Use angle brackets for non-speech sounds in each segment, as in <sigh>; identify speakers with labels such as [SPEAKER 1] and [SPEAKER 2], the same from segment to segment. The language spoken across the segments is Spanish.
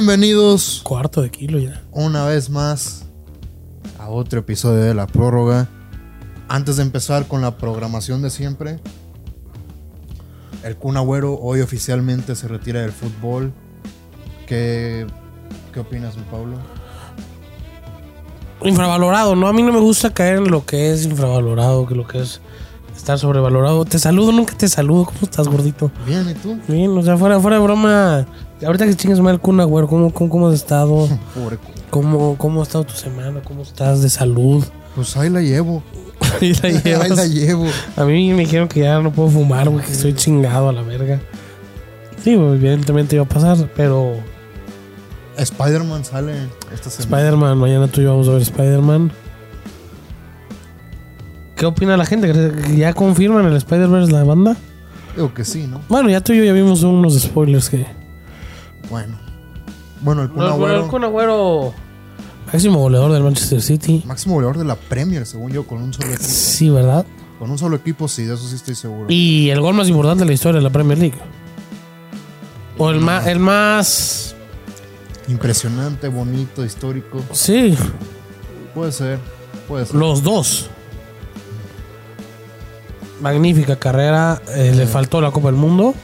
[SPEAKER 1] Bienvenidos
[SPEAKER 2] Cuarto de kilo ya.
[SPEAKER 1] una vez más a otro episodio de La Prórroga. Antes de empezar con la programación de siempre, el Kun Agüero hoy oficialmente se retira del fútbol. ¿Qué, qué opinas, mi Pablo?
[SPEAKER 2] Infravalorado, ¿no? A mí no me gusta caer en lo que es infravalorado, que lo que es estar sobrevalorado. Te saludo, nunca te saludo. ¿Cómo estás, gordito?
[SPEAKER 1] Bien, ¿y tú?
[SPEAKER 2] Bien, o sea, fuera, fuera de broma. Ahorita que chingas mal cuna, güey, ¿cómo, cómo, cómo has estado?
[SPEAKER 1] Pobre Kun.
[SPEAKER 2] ¿Cómo, ¿Cómo ha estado tu semana? ¿Cómo estás de salud? <laughs>
[SPEAKER 1] Pues ahí la llevo.
[SPEAKER 2] Ahí
[SPEAKER 1] <laughs>
[SPEAKER 2] la
[SPEAKER 1] ahí la
[SPEAKER 2] llevas.
[SPEAKER 1] llevo.
[SPEAKER 2] A mí me dijeron que ya no puedo fumar, güey, que estoy chingado a la verga. Sí, güey, evidentemente iba a pasar, pero
[SPEAKER 1] Spider-Man sale esta semana.
[SPEAKER 2] Spider-Man, mañana tú y yo vamos a ver Spider-Man. ¿Qué opina la gente? ¿Crees que ¿Ya confirman el Spider-Verse la banda?
[SPEAKER 1] Digo que sí, ¿no?
[SPEAKER 2] Bueno, ya tú y yo ya vimos unos spoilers que.
[SPEAKER 1] Bueno. Bueno, el Kun
[SPEAKER 2] No, bueno,
[SPEAKER 1] Agüero,
[SPEAKER 2] el Kun Agüero, Máximo goleador del Manchester City.
[SPEAKER 1] máximo goleador de la Premier, según yo, con un solo equipo.
[SPEAKER 2] Sí, ¿verdad?
[SPEAKER 1] Con un solo equipo, sí, de eso sí estoy seguro.
[SPEAKER 2] Y el gol más importante de la historia de la Premier League. O el, más, el más.
[SPEAKER 1] Impresionante, bonito, histórico.
[SPEAKER 2] Sí,
[SPEAKER 1] Puede ser, puede ser.
[SPEAKER 2] los dos. Magnífica carrera. eh, le faltó la Copa del Mundo.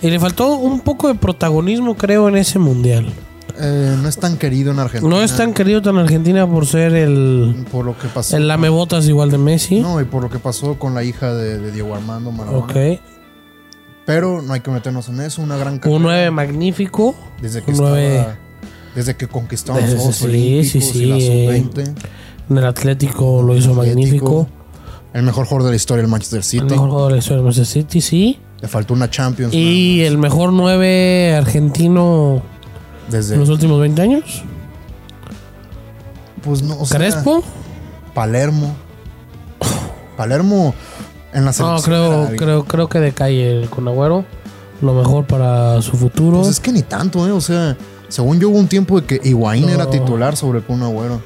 [SPEAKER 2] Y le faltó un poco de protagonismo, creo, en ese mundial.
[SPEAKER 1] Eh, no es tan querido en Argentina.
[SPEAKER 2] No es tan querido tan Argentina por ser el,
[SPEAKER 1] Por lo que pasó.
[SPEAKER 2] el lamebotas igual de Messi.
[SPEAKER 1] No, y por lo que pasó con la hija de, de Diego Armando Maradona.
[SPEAKER 2] ok.
[SPEAKER 1] Pero no hay que meternos en eso. Una gran
[SPEAKER 2] Un
[SPEAKER 1] carrera
[SPEAKER 2] 9 magnífico.
[SPEAKER 1] Desde que
[SPEAKER 2] un nueve.
[SPEAKER 1] estaba- Desde que conquistaron los
[SPEAKER 2] Desde-
[SPEAKER 1] Juegos
[SPEAKER 2] sí,
[SPEAKER 1] Olímpicos
[SPEAKER 2] sí, sí,
[SPEAKER 1] y la
[SPEAKER 2] eh.
[SPEAKER 1] sub-20.
[SPEAKER 2] En el Atlético lo hizo magnífico.
[SPEAKER 1] El mejor jugador de la historia, el Manchester
[SPEAKER 2] El
[SPEAKER 1] City.
[SPEAKER 2] mejor jugador de la historia del Manchester City, sí.
[SPEAKER 1] Le faltó una Champions
[SPEAKER 2] Y el mejor 9 argentino
[SPEAKER 1] ¿no? desde
[SPEAKER 2] en los últimos 20 años.
[SPEAKER 1] pues no, o sea,
[SPEAKER 2] Crespo.
[SPEAKER 1] Palermo. Palermo en la
[SPEAKER 2] No,
[SPEAKER 1] selección. era
[SPEAKER 2] Ah, creo,
[SPEAKER 1] alguien.
[SPEAKER 2] creo, creo que decae el Conagüero. Lo mejor para su futuro.
[SPEAKER 1] Pues es que ni tanto, ¿eh? O sea, según yo hubo un tiempo de que Higuaín
[SPEAKER 2] No.
[SPEAKER 1] era titular sobre Kun Agüero.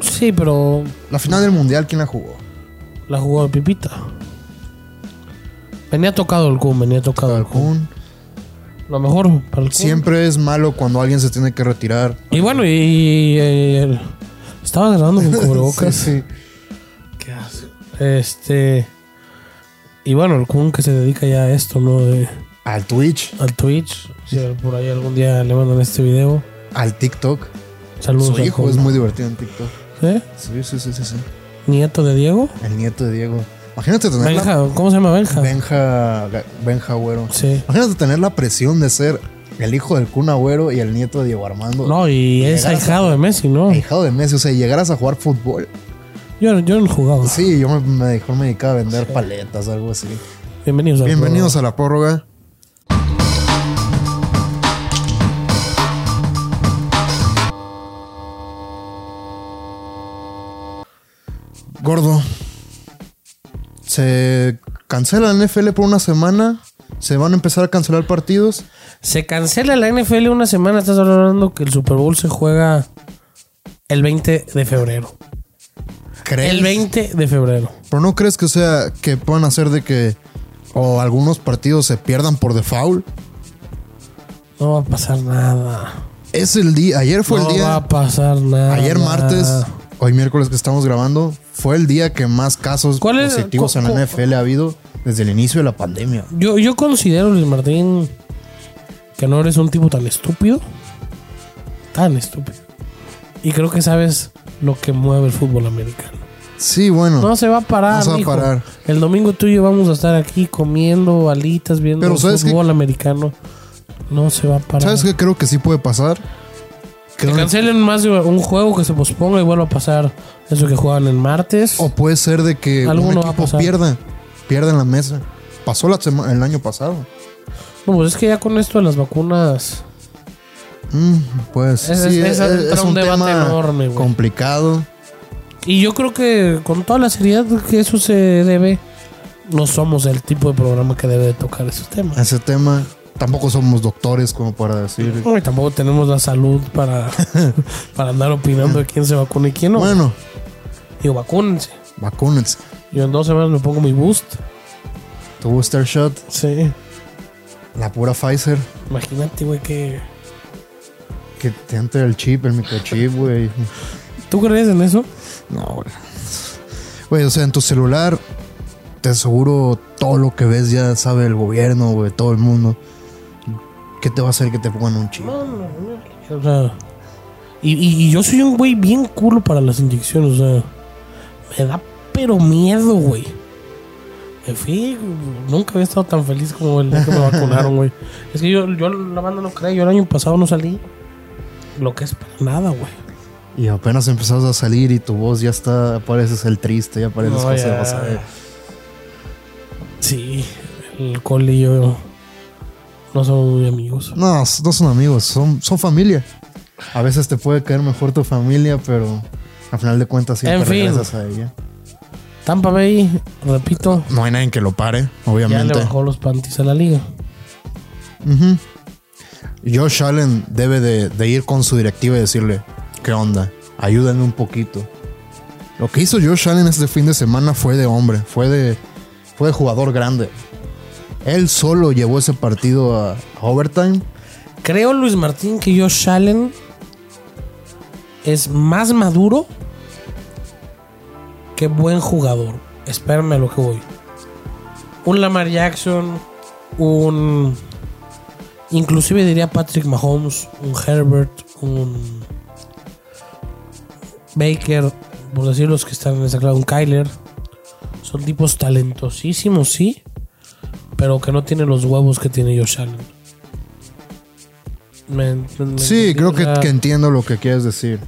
[SPEAKER 2] Sí, pero
[SPEAKER 1] La final del Mundial, ¿quién la jugó?
[SPEAKER 2] la jugó el Pipita. Venía tocado el Kun, venía tocado el Kun.
[SPEAKER 1] Kun.
[SPEAKER 2] Lo mejor para el Kun.
[SPEAKER 1] Siempre es malo cuando alguien se tiene que retirar.
[SPEAKER 2] Y bueno, y, y- y- el- estaba
[SPEAKER 1] <laughs>
[SPEAKER 2] grabando con cubrebocas.
[SPEAKER 1] Sí, sí.
[SPEAKER 2] ¿Qué hace? Este y bueno, el Kun que se dedica ya a esto, ¿no? De-
[SPEAKER 1] Al Twitch,
[SPEAKER 2] al Twitch. Si por ahí algún día le mandan este video.
[SPEAKER 1] al TikTok.
[SPEAKER 2] Saludos.
[SPEAKER 1] Su
[SPEAKER 2] al
[SPEAKER 1] hijo
[SPEAKER 2] Kun.
[SPEAKER 1] es muy divertido en TikTok.
[SPEAKER 2] ¿Eh?
[SPEAKER 1] Sí, sí, sí, sí, sí.
[SPEAKER 2] Nieto de Diego.
[SPEAKER 1] El nieto de Diego. Imagínate tener la...
[SPEAKER 2] Benja, ¿cómo se llama Benja?
[SPEAKER 1] Benja, Benja Agüero.
[SPEAKER 2] Sí.
[SPEAKER 1] Imagínate tener la presión de ser el hijo del Kun Agüero y el nieto de Diego Armando.
[SPEAKER 2] No, y es
[SPEAKER 1] Llegaste.
[SPEAKER 2] ahijado de Messi, ¿no?
[SPEAKER 1] Ahijado de Messi, o sea, llegaras a jugar fútbol.
[SPEAKER 2] Yo, yo no jugaba.
[SPEAKER 1] Sí, yo me, me dejó me dedicaba a vender paletas, algo así.
[SPEAKER 2] Bienvenidos al
[SPEAKER 1] Bienvenidos a la prórroga. Gordo. Se cancela la NFL por una semana. Se van a empezar a cancelar partidos.
[SPEAKER 2] programa. Se cancela la NFL una semana. Estás hablando que el Super Bowl se juega el 20 de febrero.
[SPEAKER 1] ¿Crees?
[SPEAKER 2] El 20 de febrero.
[SPEAKER 1] Pero no crees que sea que puedan hacer de que o algunos partidos se pierdan por default.
[SPEAKER 2] No va a pasar nada.
[SPEAKER 1] Es el día. Ayer fue
[SPEAKER 2] no
[SPEAKER 1] el día.
[SPEAKER 2] va a pasar nada.
[SPEAKER 1] Ayer martes, hoy miércoles que estamos grabando, fue el día que más casos
[SPEAKER 2] ¿Cuál es-
[SPEAKER 1] positivos
[SPEAKER 2] cu-
[SPEAKER 1] en
[SPEAKER 2] cu-
[SPEAKER 1] la NFL ha habido desde el inicio de la pandemia.
[SPEAKER 2] Yo, yo considero, Luis Martín, que no eres un tipo tan estúpido. Tan estúpido. Y creo que sabes lo que mueve el fútbol americano.
[SPEAKER 1] Sí, bueno,
[SPEAKER 2] No se va a parar.
[SPEAKER 1] No se va a
[SPEAKER 2] mijo.
[SPEAKER 1] parar.
[SPEAKER 2] El domingo tú y yo vamos a estar aquí comiendo alitas, viendo
[SPEAKER 1] Pero ¿sabes qué?
[SPEAKER 2] fútbol americano. No se va a parar.
[SPEAKER 1] ¿sabes qué creo que sí puede pasar? Que
[SPEAKER 2] Que
[SPEAKER 1] una-
[SPEAKER 2] cancelen más de un juego que se posponga y vuelva a pasar eso que jugaban el martes.
[SPEAKER 1] o puede ser de que
[SPEAKER 2] Algo
[SPEAKER 1] un
[SPEAKER 2] no va a
[SPEAKER 1] equipo
[SPEAKER 2] pasar.
[SPEAKER 1] pierda, pierda en la mesa. Pasó la sema- el año pasado.
[SPEAKER 2] No, pues es que ya con esto de las vacunas.
[SPEAKER 1] Mm, pues
[SPEAKER 2] Es-
[SPEAKER 1] sí,
[SPEAKER 2] es-
[SPEAKER 1] es,
[SPEAKER 2] es
[SPEAKER 1] es un,
[SPEAKER 2] un debate
[SPEAKER 1] tema
[SPEAKER 2] enorme, güey.
[SPEAKER 1] complicado.
[SPEAKER 2] Y yo creo que con toda la seriedad que eso se debe, no somos el tipo de programa que debe de tocar esos temas.
[SPEAKER 1] Ese tema tampoco somos doctores como para decir.
[SPEAKER 2] Y tampoco tenemos la salud para, <laughs> para andar opinando de quién se vacuna y quién no.
[SPEAKER 1] Bueno,
[SPEAKER 2] Digo, vacúnense.
[SPEAKER 1] vacúnense.
[SPEAKER 2] Yo en dos semanas me pongo mi boost.
[SPEAKER 1] Tu booster shot,
[SPEAKER 2] Sí.
[SPEAKER 1] la pura Pfizer.
[SPEAKER 2] Imagínate, güey, que.
[SPEAKER 1] Que te entre el chip, el microchip, güey.
[SPEAKER 2] ¿Tú crees en eso?
[SPEAKER 1] No, güey. Güey, o sea, en tu celular, te aseguro, todo lo que ves ya sabe el gobierno, güey, todo el mundo. ¿Qué te va a hacer que te pongan un chip?
[SPEAKER 2] No, no, no. O sea, y, y- y yo soy un güey bien culo para las inyecciones, o sea, me da pero miedo, güey. Me fui, nunca había estado tan feliz como el día <laughs> que me vacunaron, güey. Es que yo, yo la banda no cree, yo el año pasado no salí. Lo que es para nada, güey.
[SPEAKER 1] Y apenas empezás a salir y tu voz ya está, pareces el triste, ya pareces
[SPEAKER 2] No,
[SPEAKER 1] José
[SPEAKER 2] ya.
[SPEAKER 1] José.
[SPEAKER 2] Sí, el cole y yo no somos muy amigos.
[SPEAKER 1] No, s- no son amigos, son, son familia. A veces te puede caer mejor tu familia, pero al final de cuentas siempre
[SPEAKER 2] En fin.
[SPEAKER 1] regresas a ella.
[SPEAKER 2] Tampa Bay, repito,
[SPEAKER 1] No hay nadie que lo pare,
[SPEAKER 2] ya le
[SPEAKER 1] obviamente.
[SPEAKER 2] bajó los panties a la liga.
[SPEAKER 1] Ujú. Josh Allen debe de, de ir con su directiva y decirle, ¿qué onda? Ayúdame un poquito. Lo que hizo Josh Allen este fin de semana fue de hombre, fue de, fue de jugador grande. Él solo llevó ese partido a, a overtime.
[SPEAKER 2] Creo, Luis Martín, que Josh Allen es más maduro que buen jugador. Espérame a lo que voy. Un Lamar Jackson, un... Inclusive diría Patrick Mahomes, un Herbert, un Baker, por decir los que están en esa clase, un Kyler. Son tipos talentosísimos, sí, pero que no tienen los huevos que tiene Josh Allen. Me- me- me
[SPEAKER 1] Sí,
[SPEAKER 2] entendí,
[SPEAKER 1] creo
[SPEAKER 2] o
[SPEAKER 1] que,
[SPEAKER 2] sea,
[SPEAKER 1] que entiendo lo que quieres decir.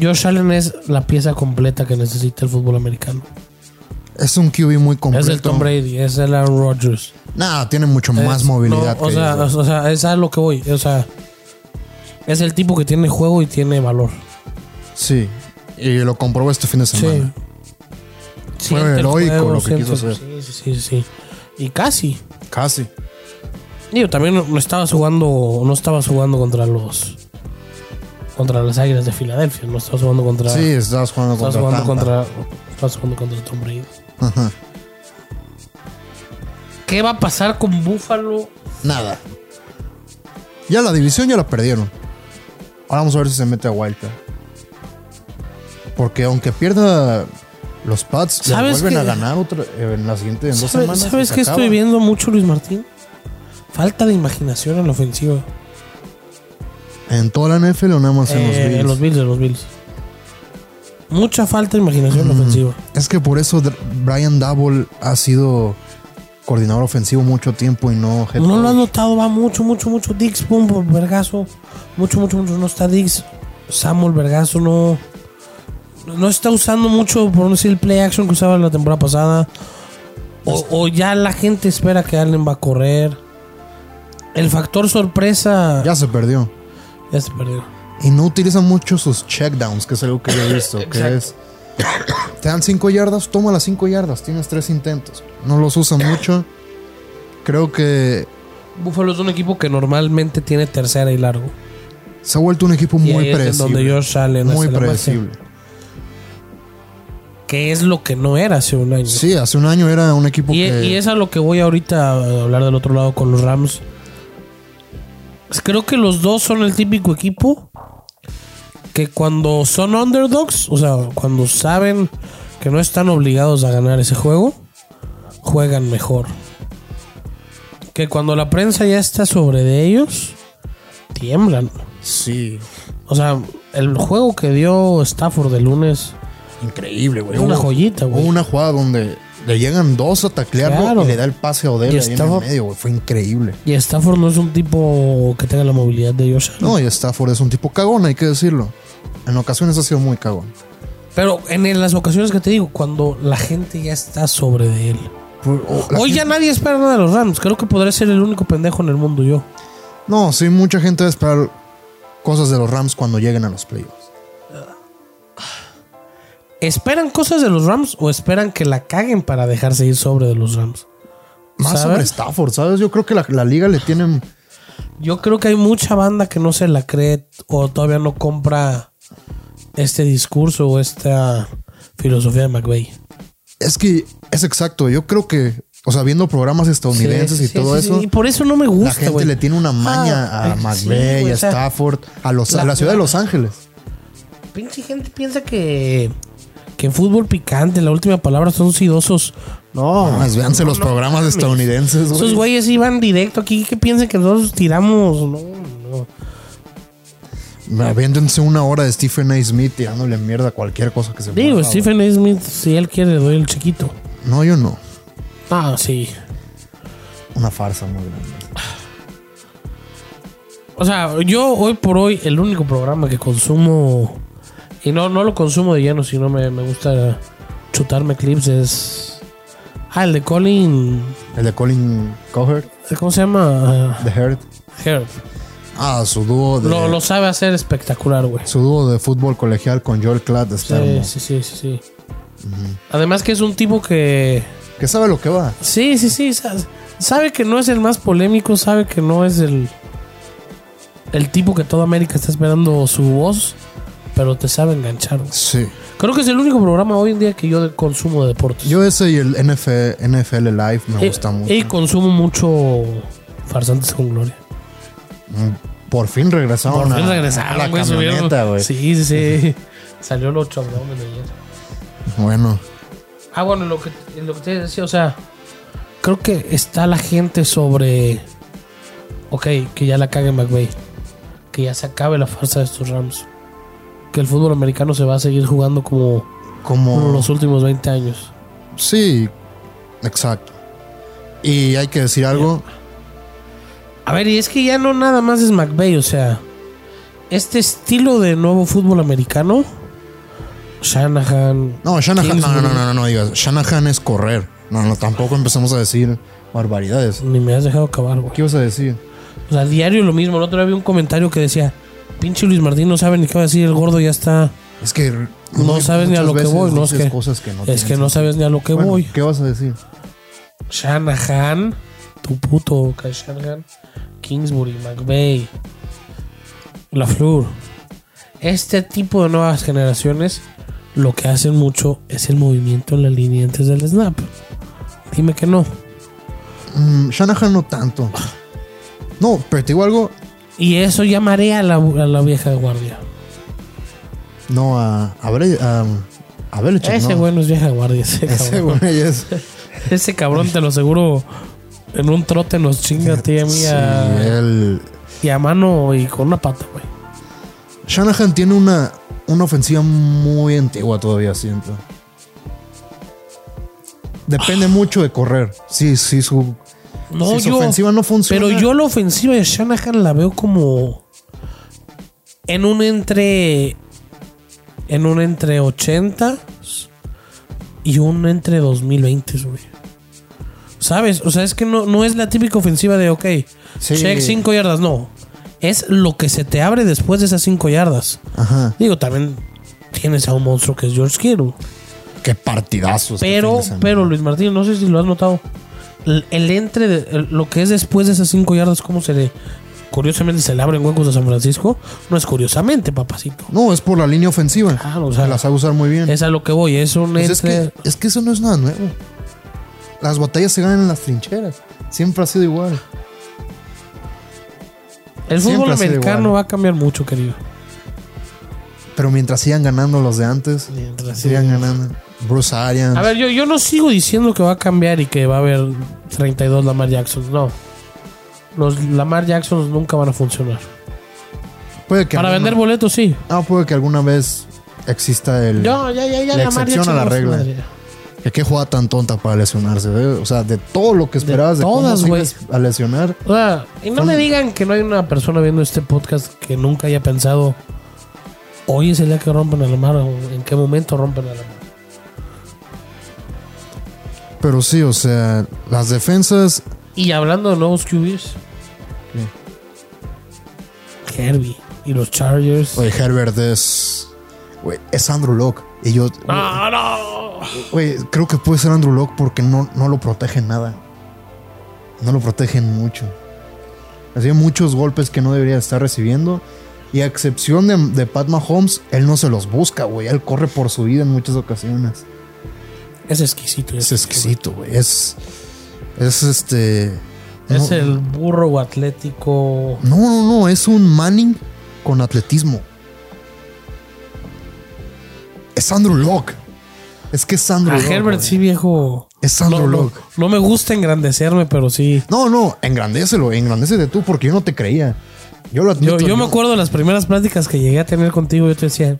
[SPEAKER 2] Josh Allen es la pieza completa que necesita el fútbol americano.
[SPEAKER 1] Es un QB muy completo.
[SPEAKER 2] Es el Tom Brady, es el Aaron Rodgers.
[SPEAKER 1] Nah, tiene mucho más
[SPEAKER 2] Es-
[SPEAKER 1] movilidad.
[SPEAKER 2] no, o,
[SPEAKER 1] que
[SPEAKER 2] sea,
[SPEAKER 1] ellos.
[SPEAKER 2] o sea, es a lo que voy. O sea, es el tipo que tiene juego y tiene valor.
[SPEAKER 1] sí, y lo comprobó este fin de semana.
[SPEAKER 2] Sí.
[SPEAKER 1] Fue
[SPEAKER 2] Siente el
[SPEAKER 1] heroico lo que
[SPEAKER 2] siente-
[SPEAKER 1] quiso hacer.
[SPEAKER 2] Sí, sí, sí, sí. Y casi.
[SPEAKER 1] Casi.
[SPEAKER 2] Digo, también no no estabas jugando, no estabas jugando contra los contra las Águilas de Filadelfia, no estabas jugando contra
[SPEAKER 1] Sí, estabas jugando
[SPEAKER 2] estabas
[SPEAKER 1] contra
[SPEAKER 2] jugando
[SPEAKER 1] Tampa.
[SPEAKER 2] contra estabas jugando contra Tom Brady.
[SPEAKER 1] Ajá.
[SPEAKER 2] ¿Qué va a pasar con Buffalo?
[SPEAKER 1] Nada. Ya la división ya la perdieron. Ahora vamos a ver si se mete a Wildcard. Porque aunque pierda los Pats, ya
[SPEAKER 2] ¿Sabes
[SPEAKER 1] vuelven
[SPEAKER 2] que-
[SPEAKER 1] a ganar otra, en la siguiente, en dos
[SPEAKER 2] ¿Sabe-
[SPEAKER 1] semanas. y
[SPEAKER 2] ¿Sabes
[SPEAKER 1] se
[SPEAKER 2] qué
[SPEAKER 1] acaba.
[SPEAKER 2] estoy viendo mucho, Luis Martín? Falta de imaginación en la ofensiva.
[SPEAKER 1] En toda la NFL o nada más Pues en los
[SPEAKER 2] Eh,
[SPEAKER 1] Bills.
[SPEAKER 2] en los Bills, en los Bills. Mucha falta de imaginación en la ofensiva.
[SPEAKER 1] Es que por eso Dr- Brian Double ha sido coordinador ofensivo mucho tiempo y no head
[SPEAKER 2] No lo
[SPEAKER 1] coach.
[SPEAKER 2] has notado, va mucho, mucho, mucho. Dix, pum, por vergazo. Mucho, mucho, mucho. No está Dix. Samuel, vergazo, no. No está usando mucho, por no decir, el play action que usaba la temporada pasada. O, o ya la gente espera que Allen va a correr. El factor sorpresa ya,
[SPEAKER 1] Ya se perdió.
[SPEAKER 2] se perdió.
[SPEAKER 1] Y no utiliza mucho sus checkdowns, que es algo que yo he visto. que es. Te dan 5 yardas, toma las 5 yardas. Tienes 3 intentos. No los usa mucho. Creo que
[SPEAKER 2] Buffalo es un equipo que normalmente tiene tercera y largo.
[SPEAKER 1] se ha vuelto un equipo
[SPEAKER 2] Y
[SPEAKER 1] muy
[SPEAKER 2] ahí es en donde
[SPEAKER 1] predecible.
[SPEAKER 2] Josh Allen
[SPEAKER 1] Muy
[SPEAKER 2] hace la magia.
[SPEAKER 1] predecible.
[SPEAKER 2] Que es lo que no era hace un año.
[SPEAKER 1] Sí, hace un año era un equipo
[SPEAKER 2] Y, e,
[SPEAKER 1] que.
[SPEAKER 2] y es a lo que voy ahorita a hablar del otro lado con los Rams. Pues Creo que los dos son el típico equipo que cuando son underdogs, o sea, cuando saben que no están obligados a ganar ese juego, juegan mejor. Que cuando la prensa ya está sobre de ellos, tiemblan.
[SPEAKER 1] Sí.
[SPEAKER 2] O sea, el juego que dio Stafford el lunes
[SPEAKER 1] Increíble, güey.
[SPEAKER 2] es una
[SPEAKER 1] Hubo-
[SPEAKER 2] joyita,
[SPEAKER 1] Hubo
[SPEAKER 2] güey.
[SPEAKER 1] una jugada donde le llegan dos a taclearlo
[SPEAKER 2] Claro.
[SPEAKER 1] y le da el pase a Odell
[SPEAKER 2] Y
[SPEAKER 1] ahí en
[SPEAKER 2] estaba-
[SPEAKER 1] el medio, güey. Fue increíble.
[SPEAKER 2] Y Stafford no es un tipo que tenga la movilidad de ellos.
[SPEAKER 1] No, y Stafford es un tipo cagón, hay que decirlo. En ocasiones ha sido muy cagón.
[SPEAKER 2] Pero en las ocasiones que te digo, cuando la gente ya está sobre de él.
[SPEAKER 1] Por- o- la
[SPEAKER 2] Hoy ya nadie espera nada de los Rams. Creo que podré ser el único pendejo en el mundo yo.
[SPEAKER 1] No, sí, mucha gente va a esperar cosas de los Rams cuando lleguen a los playoffs.
[SPEAKER 2] ¿Esperan cosas de los Rams o esperan que la caguen para dejarse ir sobre de los Rams?
[SPEAKER 1] Más
[SPEAKER 2] ¿Sabes?
[SPEAKER 1] sobre Stafford, ¿sabes? Yo creo que la, la liga le tienen.
[SPEAKER 2] Yo creo que hay mucha banda que no se la cree o todavía no compra este discurso o esta filosofía de McVeigh.
[SPEAKER 1] Es que es exacto. Yo creo que O sea, viendo programas estadounidenses
[SPEAKER 2] Sí,
[SPEAKER 1] y
[SPEAKER 2] sí,
[SPEAKER 1] todo
[SPEAKER 2] sí, sí.
[SPEAKER 1] eso,
[SPEAKER 2] Y por eso no me
[SPEAKER 1] la
[SPEAKER 2] gusta,
[SPEAKER 1] gente
[SPEAKER 2] güey.
[SPEAKER 1] le tiene una maña
[SPEAKER 2] Ah,
[SPEAKER 1] a
[SPEAKER 2] sí,
[SPEAKER 1] McVeigh,
[SPEAKER 2] güey,
[SPEAKER 1] a
[SPEAKER 2] o sea,
[SPEAKER 1] Stafford, a, los, a
[SPEAKER 2] la-
[SPEAKER 1] la ciudad de Los Ángeles.
[SPEAKER 2] Pinche gente piensa que. Que en fútbol picante, la última palabra son sidosos. No.
[SPEAKER 1] Más véanse los programas estadounidenses,
[SPEAKER 2] Esos
[SPEAKER 1] güey.
[SPEAKER 2] güeyes iban directo aquí. ¿Qué piensan que nosotros tiramos? No, no.
[SPEAKER 1] Aviéntense una hora de Stephen A. Smith tirándole mierda a cualquier cosa que se
[SPEAKER 2] Digo,
[SPEAKER 1] mueva, güey.
[SPEAKER 2] Stephen A. Smith, si él quiere, le doy el chiquito.
[SPEAKER 1] No, yo no.
[SPEAKER 2] Ah, sí.
[SPEAKER 1] Una farsa muy grande.
[SPEAKER 2] O sea, yo hoy por hoy, el único programa que consumo. Y no, no lo consumo de lleno, sino me, me gusta chutarme clips. Es. Ah, el de Colin.
[SPEAKER 1] El de Colin Cowherd,
[SPEAKER 2] ¿Cómo se llama?
[SPEAKER 1] The Herd.
[SPEAKER 2] Heard.
[SPEAKER 1] Ah, su dúo de,
[SPEAKER 2] Lo, lo sabe hacer espectacular, güey.
[SPEAKER 1] su dúo de fútbol colegial con Joel Klatt está
[SPEAKER 2] Sí,
[SPEAKER 1] hermoso.
[SPEAKER 2] sí, sí, sí. sí. Además que es un tipo que...
[SPEAKER 1] Que sabe lo que va.
[SPEAKER 2] Sí, sí, sí. sa- Sabe que no es el más polémico, sabe que no es el... El tipo que toda América está esperando su voz, pero te sabe enganchar. güey.
[SPEAKER 1] Sí.
[SPEAKER 2] Creo que es el único programa hoy en día que yo de- consumo de deportes.
[SPEAKER 1] Yo ese y el NFL, NFL Live me gusta
[SPEAKER 2] y,
[SPEAKER 1] mucho.
[SPEAKER 2] Y consumo mucho Farsantes con Gloria.
[SPEAKER 1] Mm, Por fin regresaron,
[SPEAKER 2] Por
[SPEAKER 1] a-
[SPEAKER 2] fin
[SPEAKER 1] a la
[SPEAKER 2] regresaron, güey. subieron-
[SPEAKER 1] camioneta, güey.
[SPEAKER 2] Sí, sí, sí. <laughs> Salió el 8 abdomen ayer.
[SPEAKER 1] Bueno,
[SPEAKER 2] Ah, bueno, lo que, lo que te decía, o sea, creo que está la gente sobre. Ok, que ya la cague McVay. Que ya se acabe la farsa de estos Rams. Que el fútbol americano se va a seguir jugando como, como
[SPEAKER 1] como...
[SPEAKER 2] los últimos 20 años.
[SPEAKER 1] Sí, exacto. Y hay que decir algo.
[SPEAKER 2] A ver, y es que ya no nada más es McVay, o sea. Este estilo de nuevo fútbol americano. Shanahan.
[SPEAKER 1] No, Shanahan... No, no,
[SPEAKER 2] Kingsbury.
[SPEAKER 1] no, no, no, no digas. Shanahan es correr. No, no, tampoco empezamos a decir barbaridades.
[SPEAKER 2] Ni me has dejado acabar, güey.
[SPEAKER 1] ¿Qué ibas a decir?
[SPEAKER 2] O sea, diario lo mismo. El otro día vi un comentario que decía: Pinche Luis Martín no sabe ni qué va a decir, el gordo ya está.
[SPEAKER 1] Es que...
[SPEAKER 2] No sabes ni a lo que voy, no es
[SPEAKER 1] dices
[SPEAKER 2] que,
[SPEAKER 1] cosas que no
[SPEAKER 2] es
[SPEAKER 1] tienen
[SPEAKER 2] que no sabes ni a lo que
[SPEAKER 1] Bueno,
[SPEAKER 2] voy.
[SPEAKER 1] ¿Qué vas a decir?
[SPEAKER 2] Shanahan, tu puto Kyle Shanahan, Kingsbury, McVeigh, LaFleur. Este tipo de nuevas generaciones lo que hacen mucho es el movimiento en la línea antes del snap. Dime que no.
[SPEAKER 1] Mm, Shanahan no tanto. No, pero te digo algo.
[SPEAKER 2] Y eso ya marea a la, a la vieja guardia.
[SPEAKER 1] No, a... A, Bre- a, a Belichick,
[SPEAKER 2] Ese
[SPEAKER 1] no.
[SPEAKER 2] güey no es vieja guardia. Ese
[SPEAKER 1] Ese
[SPEAKER 2] <laughs> cabrón,
[SPEAKER 1] güey es...
[SPEAKER 2] Ese cabrón te lo aseguro. En un trote nos chinga a ti y a mí
[SPEAKER 1] Sí,
[SPEAKER 2] a-
[SPEAKER 1] él...
[SPEAKER 2] y a mano y con una pata, güey.
[SPEAKER 1] Shanahan tiene una, una ofensiva muy antigua todavía, siento. Depende mucho de correr. Sí, sí, su,
[SPEAKER 2] No,
[SPEAKER 1] si su
[SPEAKER 2] yo.
[SPEAKER 1] ofensiva no funciona.
[SPEAKER 2] Pero yo la ofensiva de Shanahan la veo como. En un entre. En un entre 80 y un entre 2020, güey. ¿Sabes? O sea, es que no, no es la típica ofensiva de, ok,
[SPEAKER 1] Sí.
[SPEAKER 2] check 5 yardas. No. Es lo que se te abre después de esas 5 yardas.
[SPEAKER 1] Ajá.
[SPEAKER 2] Digo, también tienes a un monstruo que es George Kittle.
[SPEAKER 1] Qué partidazo. este fin
[SPEAKER 2] Pero,
[SPEAKER 1] de semana.
[SPEAKER 2] pero Luis Martín, no sé si lo has notado. El, el entre, de- el- lo que es después de esas cinco yardas, cómo se le. Curiosamente se le abren huecos a San Francisco. No es curiosamente, papacito.
[SPEAKER 1] No, es por la línea ofensiva.
[SPEAKER 2] Claro, o sea,
[SPEAKER 1] la sabe usar muy bien.
[SPEAKER 2] Es a lo que voy. Es un
[SPEAKER 1] Pues es,
[SPEAKER 2] entre.
[SPEAKER 1] que, es que eso no es nada nuevo. Las batallas se ganan en las trincheras. Siempre ha sido igual. siempre ha
[SPEAKER 2] el fútbol
[SPEAKER 1] sido
[SPEAKER 2] americano
[SPEAKER 1] igual.
[SPEAKER 2] va a cambiar mucho, querido.
[SPEAKER 1] Pero mientras sigan ganando los de antes,
[SPEAKER 2] Mientras
[SPEAKER 1] sigan ganando. Bruce Arians.
[SPEAKER 2] A ver, yo, yo no sigo diciendo que va a cambiar y que va a haber 32 Lamar Jackson. No. Los Lamar Jackson nunca van a funcionar.
[SPEAKER 1] puede que
[SPEAKER 2] Para
[SPEAKER 1] alguna-
[SPEAKER 2] vender boletos, sí.
[SPEAKER 1] Ah, puede que alguna vez exista el.
[SPEAKER 2] No, ya, ya, ya.
[SPEAKER 1] La
[SPEAKER 2] Lamar
[SPEAKER 1] excepción a
[SPEAKER 2] Jackson
[SPEAKER 1] la
[SPEAKER 2] no es
[SPEAKER 1] regla.
[SPEAKER 2] madre.
[SPEAKER 1] Que qué jugada tan tonta para lesionarse. ¿eh? O sea, de todo lo que esperabas de, cómo
[SPEAKER 2] todas,
[SPEAKER 1] se iba
[SPEAKER 2] güey.
[SPEAKER 1] a lesionar.
[SPEAKER 2] O sea, y no
[SPEAKER 1] Son-
[SPEAKER 2] me digan que no hay una persona viendo este podcast que nunca haya pensado, hoy es el día que rompen a la mar o en qué momento rompen a la mar.
[SPEAKER 1] Pero sí, o sea, las defensas.
[SPEAKER 2] Y hablando de nuevos QBs, Herbie y los Chargers.
[SPEAKER 1] Oye, Herbert es. Güey, es Andrew Locke. Y yo.
[SPEAKER 2] ¡Ah, no!
[SPEAKER 1] Güey, creo que puede ser Andrew Locke porque no, no lo protegen nada. No lo protegen mucho. Hacía muchos golpes que no debería estar recibiendo. Y a excepción de, de Pat Mahomes, él no se los busca, güey. Él corre por su vida en muchas ocasiones.
[SPEAKER 2] Es exquisito. ¿eh?
[SPEAKER 1] Es exquisito, güey. Es, Es este.
[SPEAKER 2] Es
[SPEAKER 1] no-
[SPEAKER 2] el burro atlético.
[SPEAKER 1] No, no, no, es un Manning con atletismo. Es Andrew Locke. Es que es Andrew
[SPEAKER 2] A
[SPEAKER 1] Locke.
[SPEAKER 2] Herbert
[SPEAKER 1] güey.
[SPEAKER 2] sí, viejo.
[SPEAKER 1] Es Andrew
[SPEAKER 2] No, no-
[SPEAKER 1] Luck.
[SPEAKER 2] no me gusta engrandecerme, pero sí.
[SPEAKER 1] No, no, engrandécelo, engrandécete tú porque yo no te creía. Yo lo admito.
[SPEAKER 2] Yo, yo me acuerdo de las primeras pláticas que llegué a tener contigo. Yo te decía,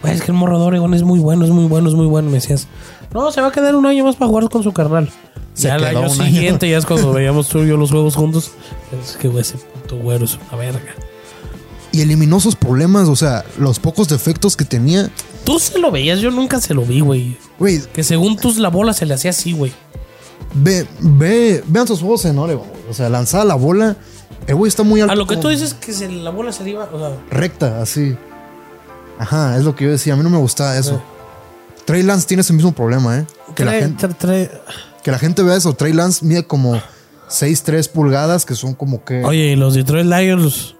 [SPEAKER 2] güey, es que el morro de Oregon es muy bueno, es muy bueno, es muy bueno. Me decías, no, se va a quedar un año más para jugar con su carnal.
[SPEAKER 1] Se
[SPEAKER 2] ya el
[SPEAKER 1] quedó
[SPEAKER 2] año
[SPEAKER 1] un año.
[SPEAKER 2] siguiente, ya
[SPEAKER 1] <laughs>
[SPEAKER 2] es cuando veíamos tú y yo los juegos juntos. Es que, güey, ese puto güero es una verga.
[SPEAKER 1] Y eliminó sus problemas, o sea, los pocos defectos que tenía.
[SPEAKER 2] Tú se lo veías, yo nunca se lo vi, güey.
[SPEAKER 1] Güey,
[SPEAKER 2] Que según tus la bola se le hacía así, güey.
[SPEAKER 1] ve, ve, vean sus juegos en Oregon. güey. O sea, lanzada la bola. El güey está muy alto.
[SPEAKER 2] A lo que tú
[SPEAKER 1] como
[SPEAKER 2] dices que se, la bola se le iba, o sea,
[SPEAKER 1] Recta, así. Ajá, es lo que yo decía. A mí no me gustaba eso. Trey Lance tiene ese mismo problema, ¿eh? Que la
[SPEAKER 2] trae-
[SPEAKER 1] gente.
[SPEAKER 2] tra- trae-
[SPEAKER 1] Que la gente vea eso. Trey Lance mide como 6-3 pulgadas, que son como que.
[SPEAKER 2] Oye, y los Detroit Lions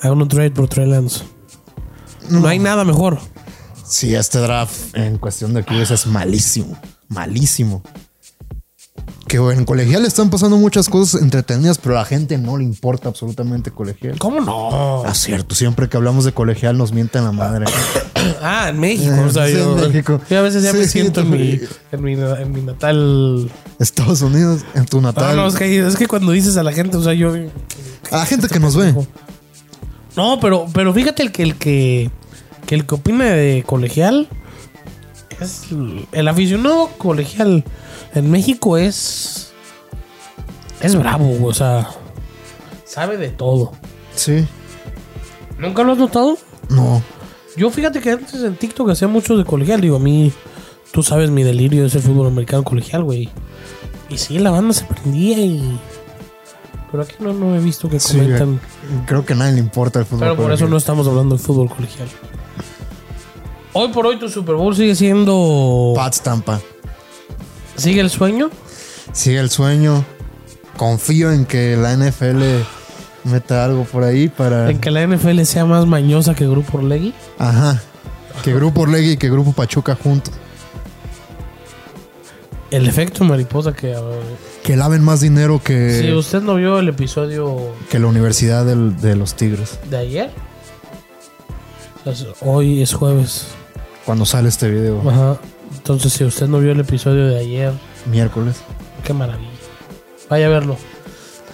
[SPEAKER 2] hagan un trade por Trey Lance. No hay nada mejor.
[SPEAKER 1] Sí, este draft en cuestión de QBs es malísimo. Malísimo. Que en colegial están pasando muchas cosas entretenidas, pero a la gente no le importa absolutamente colegial.
[SPEAKER 2] ¿Cómo no?
[SPEAKER 1] Ah, cierto. Siempre que hablamos de colegial nos mienten la
[SPEAKER 2] <laughs>
[SPEAKER 1] madre.
[SPEAKER 2] Ah, en México.
[SPEAKER 1] Eh,
[SPEAKER 2] o sea,
[SPEAKER 1] sí,
[SPEAKER 2] yo,
[SPEAKER 1] en México.
[SPEAKER 2] yo a veces ya me
[SPEAKER 1] Sí,
[SPEAKER 2] siento en mi, en, mi, en mi natal.
[SPEAKER 1] Estados Unidos, en tu
[SPEAKER 2] No,
[SPEAKER 1] natal.
[SPEAKER 2] Ah, no, es que, es que cuando dices a la gente, o sea, yo.
[SPEAKER 1] A la gente que nos ve.
[SPEAKER 2] No, pero, pero fíjate el que el que, que el que opina de colegial es el, el aficionado colegial en México es es bravo, o sea, sabe de todo.
[SPEAKER 1] Sí.
[SPEAKER 2] ¿Nunca lo has notado?
[SPEAKER 1] No.
[SPEAKER 2] Yo fíjate que antes en TikTok hacía mucho de colegial. Digo, a mí, tú sabes, mi delirio es el fútbol americano colegial, güey. Y sí, la banda se prendía y. Pero aquí no, no he visto que
[SPEAKER 1] Sí,
[SPEAKER 2] comentan.
[SPEAKER 1] creo que a nadie le importa el fútbol.
[SPEAKER 2] pero por eso
[SPEAKER 1] colegial.
[SPEAKER 2] no estamos hablando de fútbol colegial. Hoy por hoy tu Super Bowl sigue siendo.
[SPEAKER 1] Pats Tampa.
[SPEAKER 2] ¿Sigue el sueño?
[SPEAKER 1] Sigue el sueño. Confío en que la NFL meta algo por ahí para.
[SPEAKER 2] En que la NFL sea más mañosa que Grupo Orlegui.
[SPEAKER 1] Ajá. Que Grupo Orlegui y que Grupo Pachuca juntos.
[SPEAKER 2] El efecto mariposa que. a ver,
[SPEAKER 1] Que laven más dinero que,
[SPEAKER 2] si usted no vio el episodio
[SPEAKER 1] que la Universidad del- de los Tigres.
[SPEAKER 2] de ayer. Pues, hoy es jueves.
[SPEAKER 1] Cuando sale este video,
[SPEAKER 2] Ajá. Entonces, si usted no vio el episodio de ayer,
[SPEAKER 1] miércoles.
[SPEAKER 2] qué maravilla. Vaya a verlo.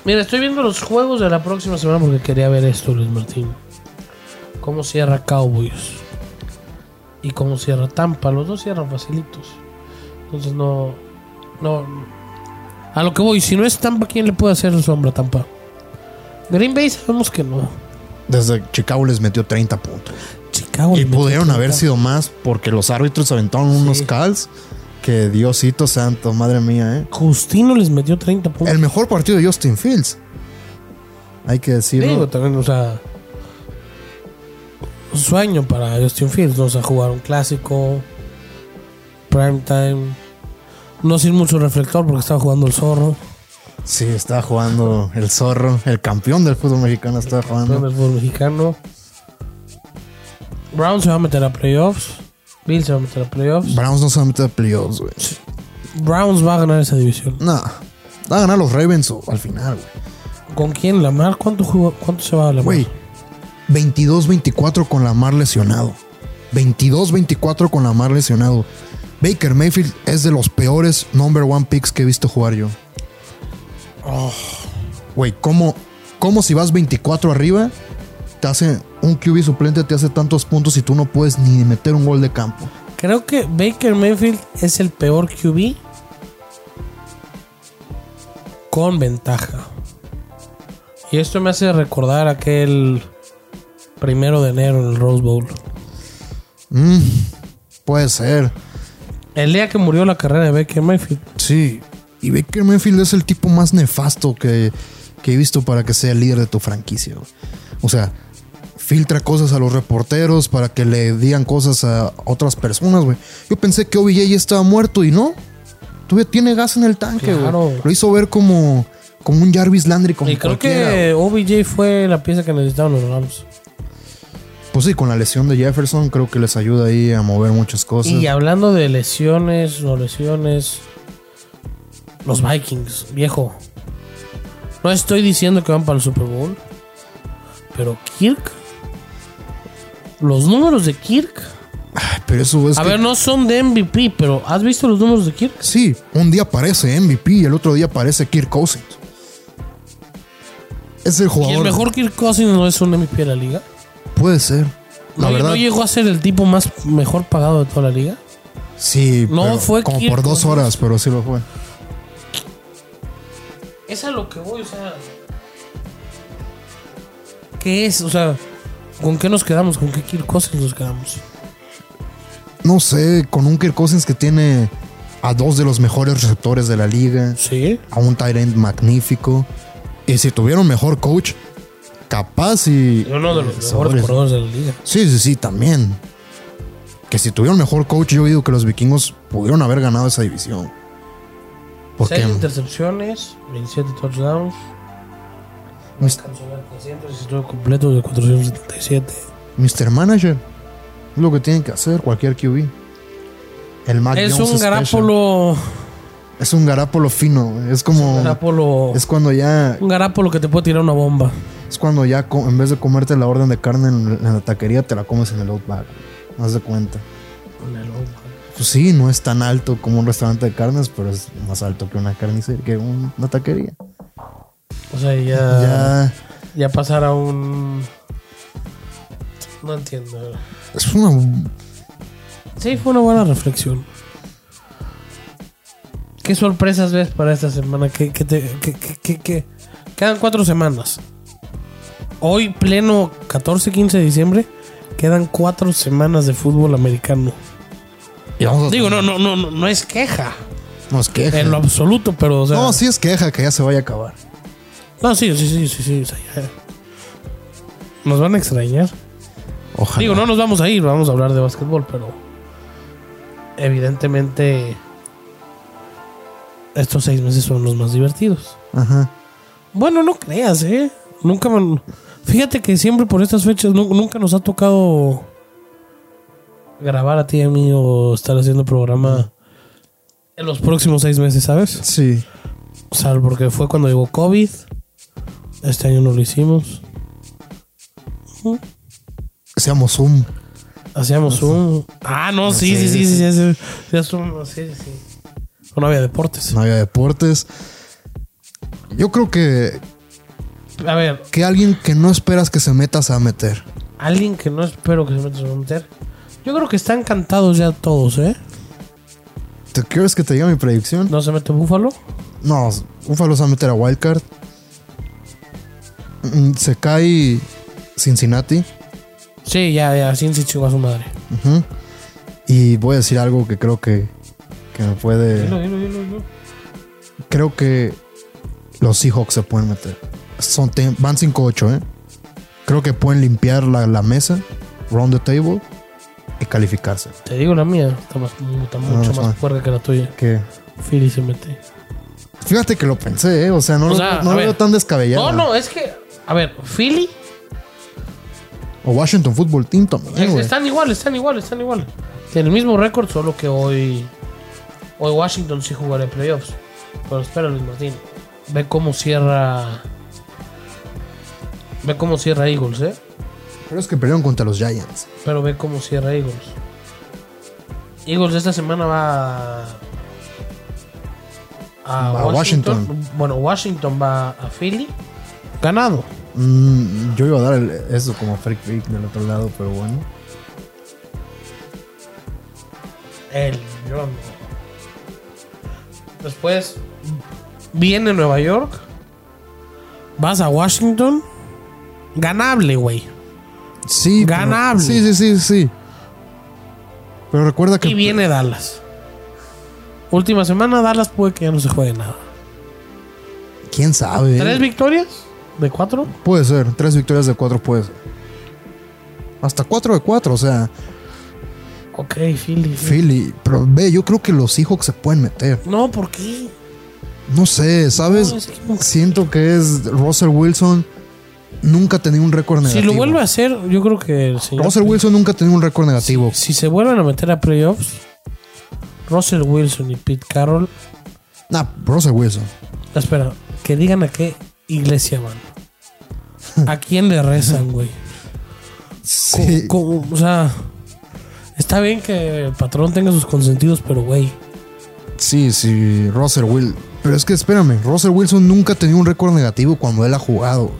[SPEAKER 2] Mira, estoy viendo los juegos de la próxima semana porque quería ver esto, Luis Martín. Cómo cierra Cowboys. Y cómo cierra Tampa. Los dos cierran facilitos. Entonces, no. No. A lo que voy, si no es Tampa, ¿quién le puede hacer sombra a Tampa? Green Bay sabemos que no.
[SPEAKER 1] Desde Chicago les metió 30 puntos.
[SPEAKER 2] Chicago.
[SPEAKER 1] Y
[SPEAKER 2] le metió
[SPEAKER 1] pudieron haber
[SPEAKER 2] 30.
[SPEAKER 1] sido más porque los árbitros aventaron unos
[SPEAKER 2] Sí.
[SPEAKER 1] calls. Que Diosito santo, madre mía, ¿eh?
[SPEAKER 2] Justino les metió 30 puntos.
[SPEAKER 1] El mejor partido de Justin Fields. Hay que decirlo.
[SPEAKER 2] Digo, también, o sea. Un sueño para Justin Fields, ¿no? O sea, jugar un clásico, prime time. No sin mucho reflector porque estaba jugando el zorro.
[SPEAKER 1] Sí, está jugando el zorro, el campeón del fútbol mexicano está
[SPEAKER 2] campeón
[SPEAKER 1] jugando.
[SPEAKER 2] del fútbol mexicano. Brown se va a meter a playoffs. Bill se va a meter a playoffs.
[SPEAKER 1] Browns no se va a meter a playoffs, güey.
[SPEAKER 2] Browns va a ganar esa división.
[SPEAKER 1] No. Va a ganar los Ravens o- al final, güey.
[SPEAKER 2] ¿Con quién? ¿Lamar? ¿Cuánto, jugó- cuánto se va a Lamar?
[SPEAKER 1] Güey, 22-24 con Lamar lesionado. 22-24 con Lamar lesionado. Baker Mayfield es de los peores number one picks que he visto jugar yo. Oh, Güey, ¿cómo, ¿cómo si vas 24 arriba, te hace un QB suplente, te hace tantos puntos y tú no puedes ni meter un gol de campo?
[SPEAKER 2] Creo que Baker Mayfield es el peor QB con ventaja. Y esto me hace recordar aquel primero de enero en el Rose Bowl.
[SPEAKER 1] Mm, puede ser.
[SPEAKER 2] El día que murió la carrera de Baker Mayfield.
[SPEAKER 1] Sí. Y Baker Mayfield es el tipo más nefasto que, que he visto para que sea el líder de tu franquicia. güey. O sea, filtra cosas a los reporteros para que le digan cosas a otras personas, güey. Yo pensé que OBJ ya estaba muerto y no. Todavía tiene gas en el tanque, güey.
[SPEAKER 2] Claro.
[SPEAKER 1] Lo hizo ver como, como un Jarvis Landry, como
[SPEAKER 2] Y creo
[SPEAKER 1] cualquiera, güey.
[SPEAKER 2] que OBJ fue la pieza que necesitaban los Rams.
[SPEAKER 1] Pues sí, con la lesión de Jefferson creo que les ayuda ahí a mover muchas cosas.
[SPEAKER 2] Y hablando de lesiones, no lesiones. Los Vikings, viejo. No estoy diciendo que van para el Super Bowl. Pero Kirk. Los números de Kirk.
[SPEAKER 1] Ay, Pero eso es
[SPEAKER 2] A
[SPEAKER 1] que-
[SPEAKER 2] ver, no son de MVP, pero ¿has visto los números de Kirk?
[SPEAKER 1] Sí, un día parece MVP y el otro día parece Kirk Cousins. Es el
[SPEAKER 2] Y
[SPEAKER 1] jugador.
[SPEAKER 2] el mejor Kirk Cousins no es un MVP de la liga.
[SPEAKER 1] Puede ser. La
[SPEAKER 2] No,
[SPEAKER 1] verdad.
[SPEAKER 2] no llegó a ser el tipo más mejor pagado de toda la liga.
[SPEAKER 1] sí,
[SPEAKER 2] no
[SPEAKER 1] pero
[SPEAKER 2] fue
[SPEAKER 1] como
[SPEAKER 2] Kirk
[SPEAKER 1] por dos
[SPEAKER 2] Cousins.
[SPEAKER 1] horas, pero sí lo fue.
[SPEAKER 2] Es a lo que voy, o sea. ¿Qué es? O sea, ¿con qué nos quedamos? ¿Con qué Kirk Cousins nos quedamos?
[SPEAKER 1] No sé, con un Kirk Cousins que tiene a dos de los mejores receptores de la liga,
[SPEAKER 2] Sí.
[SPEAKER 1] a un tight end magnífico. Y si tuviera un mejor coach, capaz y. eh,
[SPEAKER 2] Uno de los mejores
[SPEAKER 1] Sabores.
[SPEAKER 2] corredores de la liga.
[SPEAKER 1] Sí, sí, sí, también. Que si tuviera un mejor coach, yo digo que los vikingos pudieron haber ganado esa división. Porque
[SPEAKER 2] 6 intercepciones, 27 touchdowns. No
[SPEAKER 1] Mis-
[SPEAKER 2] alcanzó a ver 319 completos de 477.
[SPEAKER 1] Mr. Manager es lo que tienen que hacer cualquier QB. El Mac
[SPEAKER 2] Es
[SPEAKER 1] Ah, Jones
[SPEAKER 2] un
[SPEAKER 1] Special.
[SPEAKER 2] garápolo.
[SPEAKER 1] Es un garápolo fino. güey. Es como.
[SPEAKER 2] Garápolo.
[SPEAKER 1] Es cuando ya.
[SPEAKER 2] Un garápolo que te puede tirar una bomba.
[SPEAKER 1] Es cuando ya co- en vez de comerte la orden de carne en, en la taquería, te la comes en el Outback. güey. Haz de cuenta. Pues sí, no es tan alto como un restaurante de carnes, pero es más alto que una carnicería, que un- una taquería.
[SPEAKER 2] O sea, ya,
[SPEAKER 1] Ya.
[SPEAKER 2] ya. pasar a un. No entiendo.
[SPEAKER 1] Es una.
[SPEAKER 2] Sí, fue una buena reflexión. ¿Qué sorpresas ves para esta semana? ¿Qué, qué te, qué- qué- qué- qué? Quedan cuatro semanas. Hoy, pleno 14-15 de diciembre, quedan cuatro semanas de fútbol americano.
[SPEAKER 1] Y vamos a-
[SPEAKER 2] Digo, no, no, no, no, no es queja
[SPEAKER 1] No es queja.
[SPEAKER 2] en lo absoluto, pero o sea,
[SPEAKER 1] No, sí es queja que ya se vaya a acabar.
[SPEAKER 2] no, sí, sí, sí, sí, sí, o sea, ya. Nos van a extrañar.
[SPEAKER 1] Ojalá.
[SPEAKER 2] Digo, no nos vamos a ir, vamos a hablar de básquetbol, pero evidentemente estos seis meses son los más divertidos.
[SPEAKER 1] Ajá.
[SPEAKER 2] Bueno, no creas, ¿eh? Nunca me- Fíjate que siempre por estas fechas nu- nunca nos ha tocado grabar a ti y a mí o estar haciendo programa en los próximos seis meses, ¿sabes?
[SPEAKER 1] Sí.
[SPEAKER 2] Salvo porque fue cuando llegó COVID. Este año no lo hicimos. Ujú.
[SPEAKER 1] Seamos un.
[SPEAKER 2] Hacíamos Zoom. Ah, no, sí, sí, sí, sí, sí, sí, sí, Zoom, sí, sí. O no había deportes.
[SPEAKER 1] No había deportes. Yo creo que,
[SPEAKER 2] A ver,
[SPEAKER 1] que alguien que no esperas que se meta se va a meter.
[SPEAKER 2] alguien que no espero que se meta a meter. Yo creo que están cantados ya todos, ¿eh?
[SPEAKER 1] ¿Te quieres que te diga mi predicción?
[SPEAKER 2] No se mete Búfalo.
[SPEAKER 1] No, Buffalo se va a meter a Wildcard. Mm, Se cae Cincinnati.
[SPEAKER 2] Sí, ya, ya, sin chico a su madre.
[SPEAKER 1] Ujú. Y voy a decir algo que creo que, que me
[SPEAKER 2] Dilo,
[SPEAKER 1] puede.
[SPEAKER 2] dilo, dilo, dilo.
[SPEAKER 1] Creo que los Seahawks se pueden meter. Son, te- van 5-8, ¿eh? Creo que pueden limpiar la, la mesa, round the table y calificarse.
[SPEAKER 2] Te digo la mía, está, más, está mucho
[SPEAKER 1] Ah,
[SPEAKER 2] más
[SPEAKER 1] suave.
[SPEAKER 2] fuerte que la tuya.
[SPEAKER 1] Que
[SPEAKER 2] Philly se mete.
[SPEAKER 1] Fíjate que lo pensé, ¿eh? O sea, no,
[SPEAKER 2] O
[SPEAKER 1] lo-
[SPEAKER 2] sea,
[SPEAKER 1] no
[SPEAKER 2] a
[SPEAKER 1] lo
[SPEAKER 2] ver.
[SPEAKER 1] veo tan descabellado.
[SPEAKER 2] No, no, es que, a ver, Philly
[SPEAKER 1] O Washington Football Team también,
[SPEAKER 2] Es-
[SPEAKER 1] Eh, güey.
[SPEAKER 2] están igual, están igual, están igual. Tienen el mismo récord, solo que hoy. Hoy Washington sí jugará en playoffs. Pero espera, Luis Martín. Ve cómo cierra. Ve cómo cierra Eagles, ¿eh?
[SPEAKER 1] Pero es que perdieron contra los Giants.
[SPEAKER 2] Pero ve cómo cierra Eagles. Eagles esta semana va. A, a
[SPEAKER 1] Va a Washington.
[SPEAKER 2] Bueno, Washington va a Philly. Ganado.
[SPEAKER 1] Mm, yo iba a dar el- eso como freak freak del otro lado, pero bueno.
[SPEAKER 2] El John. Después viene Nueva York. Vas a Washington. Ganable, güey.
[SPEAKER 1] Sí. pero-
[SPEAKER 2] Ganable.
[SPEAKER 1] sí, sí, sí, sí. Pero recuerda que.
[SPEAKER 2] Y viene Dallas. Última semana, Dallas puede que ya no se juegue nada.
[SPEAKER 1] ¿Quién sabe? eh?
[SPEAKER 2] ¿Tres victorias? ¿De cuatro?
[SPEAKER 1] Puede ser. Tres victorias de cuatro puede ser. Hasta cuatro de cuatro, o sea,
[SPEAKER 2] Ok, Philly.
[SPEAKER 1] Philly. Pero ve, yo creo que los Seahawks se pueden meter.
[SPEAKER 2] No, ¿por qué?
[SPEAKER 1] No sé, ¿sabes?
[SPEAKER 2] No, es que-
[SPEAKER 1] Siento que es Russell Wilson. Nunca ha tenido un récord negativo.
[SPEAKER 2] Si lo vuelve a hacer, yo creo que el señor.
[SPEAKER 1] Russell Wilson nunca ha tenido un récord negativo.
[SPEAKER 2] Si se vuelven a meter a playoffs, Russell Wilson y Pete Carroll
[SPEAKER 1] Nah, Russell Wilson.
[SPEAKER 2] Ah, Espera, que digan a qué iglesia van. ¿A quién le rezan, güey?
[SPEAKER 1] Sí.
[SPEAKER 2] Co- co- o sea, está bien que el patrón tenga sus consentidos, pero güey.
[SPEAKER 1] Sí, sí, Russell Wilson. Pero es que espérame, Russell Wilson nunca ha tenido un récord negativo cuando él ha jugado.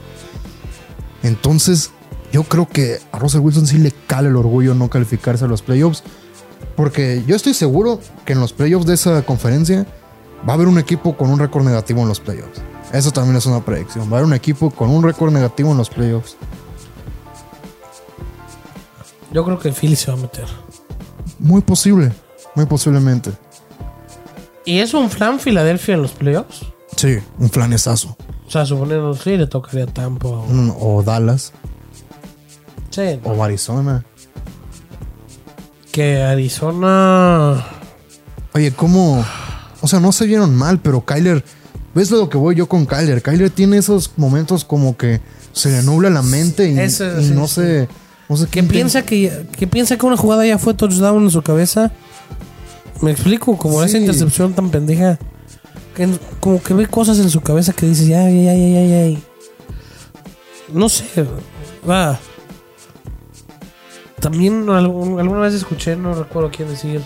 [SPEAKER 1] Entonces, yo creo que a Russell Wilson sí le cala el orgullo no calificarse a los playoffs. Porque yo estoy seguro que en los playoffs de esa conferencia va a haber un equipo con un récord negativo en los playoffs. Eso también es una predicción. Va a haber un equipo con un récord negativo en los playoffs.
[SPEAKER 2] Yo creo que Philly se va a meter.
[SPEAKER 1] Muy posible, muy posiblemente.
[SPEAKER 2] ¿Y es un flan Filadelfia en los playoffs?
[SPEAKER 1] Sí, un flanesazo.
[SPEAKER 2] O sea, suponiendo sí le tocaría a Tampa. o-
[SPEAKER 1] Mm, O Dallas,
[SPEAKER 2] Sí,
[SPEAKER 1] o Arizona.
[SPEAKER 2] que Arizona.
[SPEAKER 1] Oye, ¿cómo? O sea, no se vieron mal, pero Kyler. ¿Ves lo que voy yo con Kyler? Kyler tiene esos momentos como que se le nubla la mente y,
[SPEAKER 2] Eso,
[SPEAKER 1] y
[SPEAKER 2] sí,
[SPEAKER 1] no
[SPEAKER 2] sí.
[SPEAKER 1] sé. No sé
[SPEAKER 2] Que
[SPEAKER 1] qué
[SPEAKER 2] piensa que, que piensa que una jugada ya fue touchdown en su cabeza. Me explico, como
[SPEAKER 1] Sí.
[SPEAKER 2] esa intercepción tan pendeja. Que, como que ve cosas en su cabeza que dice, ya, ya, ya, ya, ya, ya". No sé. Va. También algún- alguna vez escuché, no recuerdo quién decir,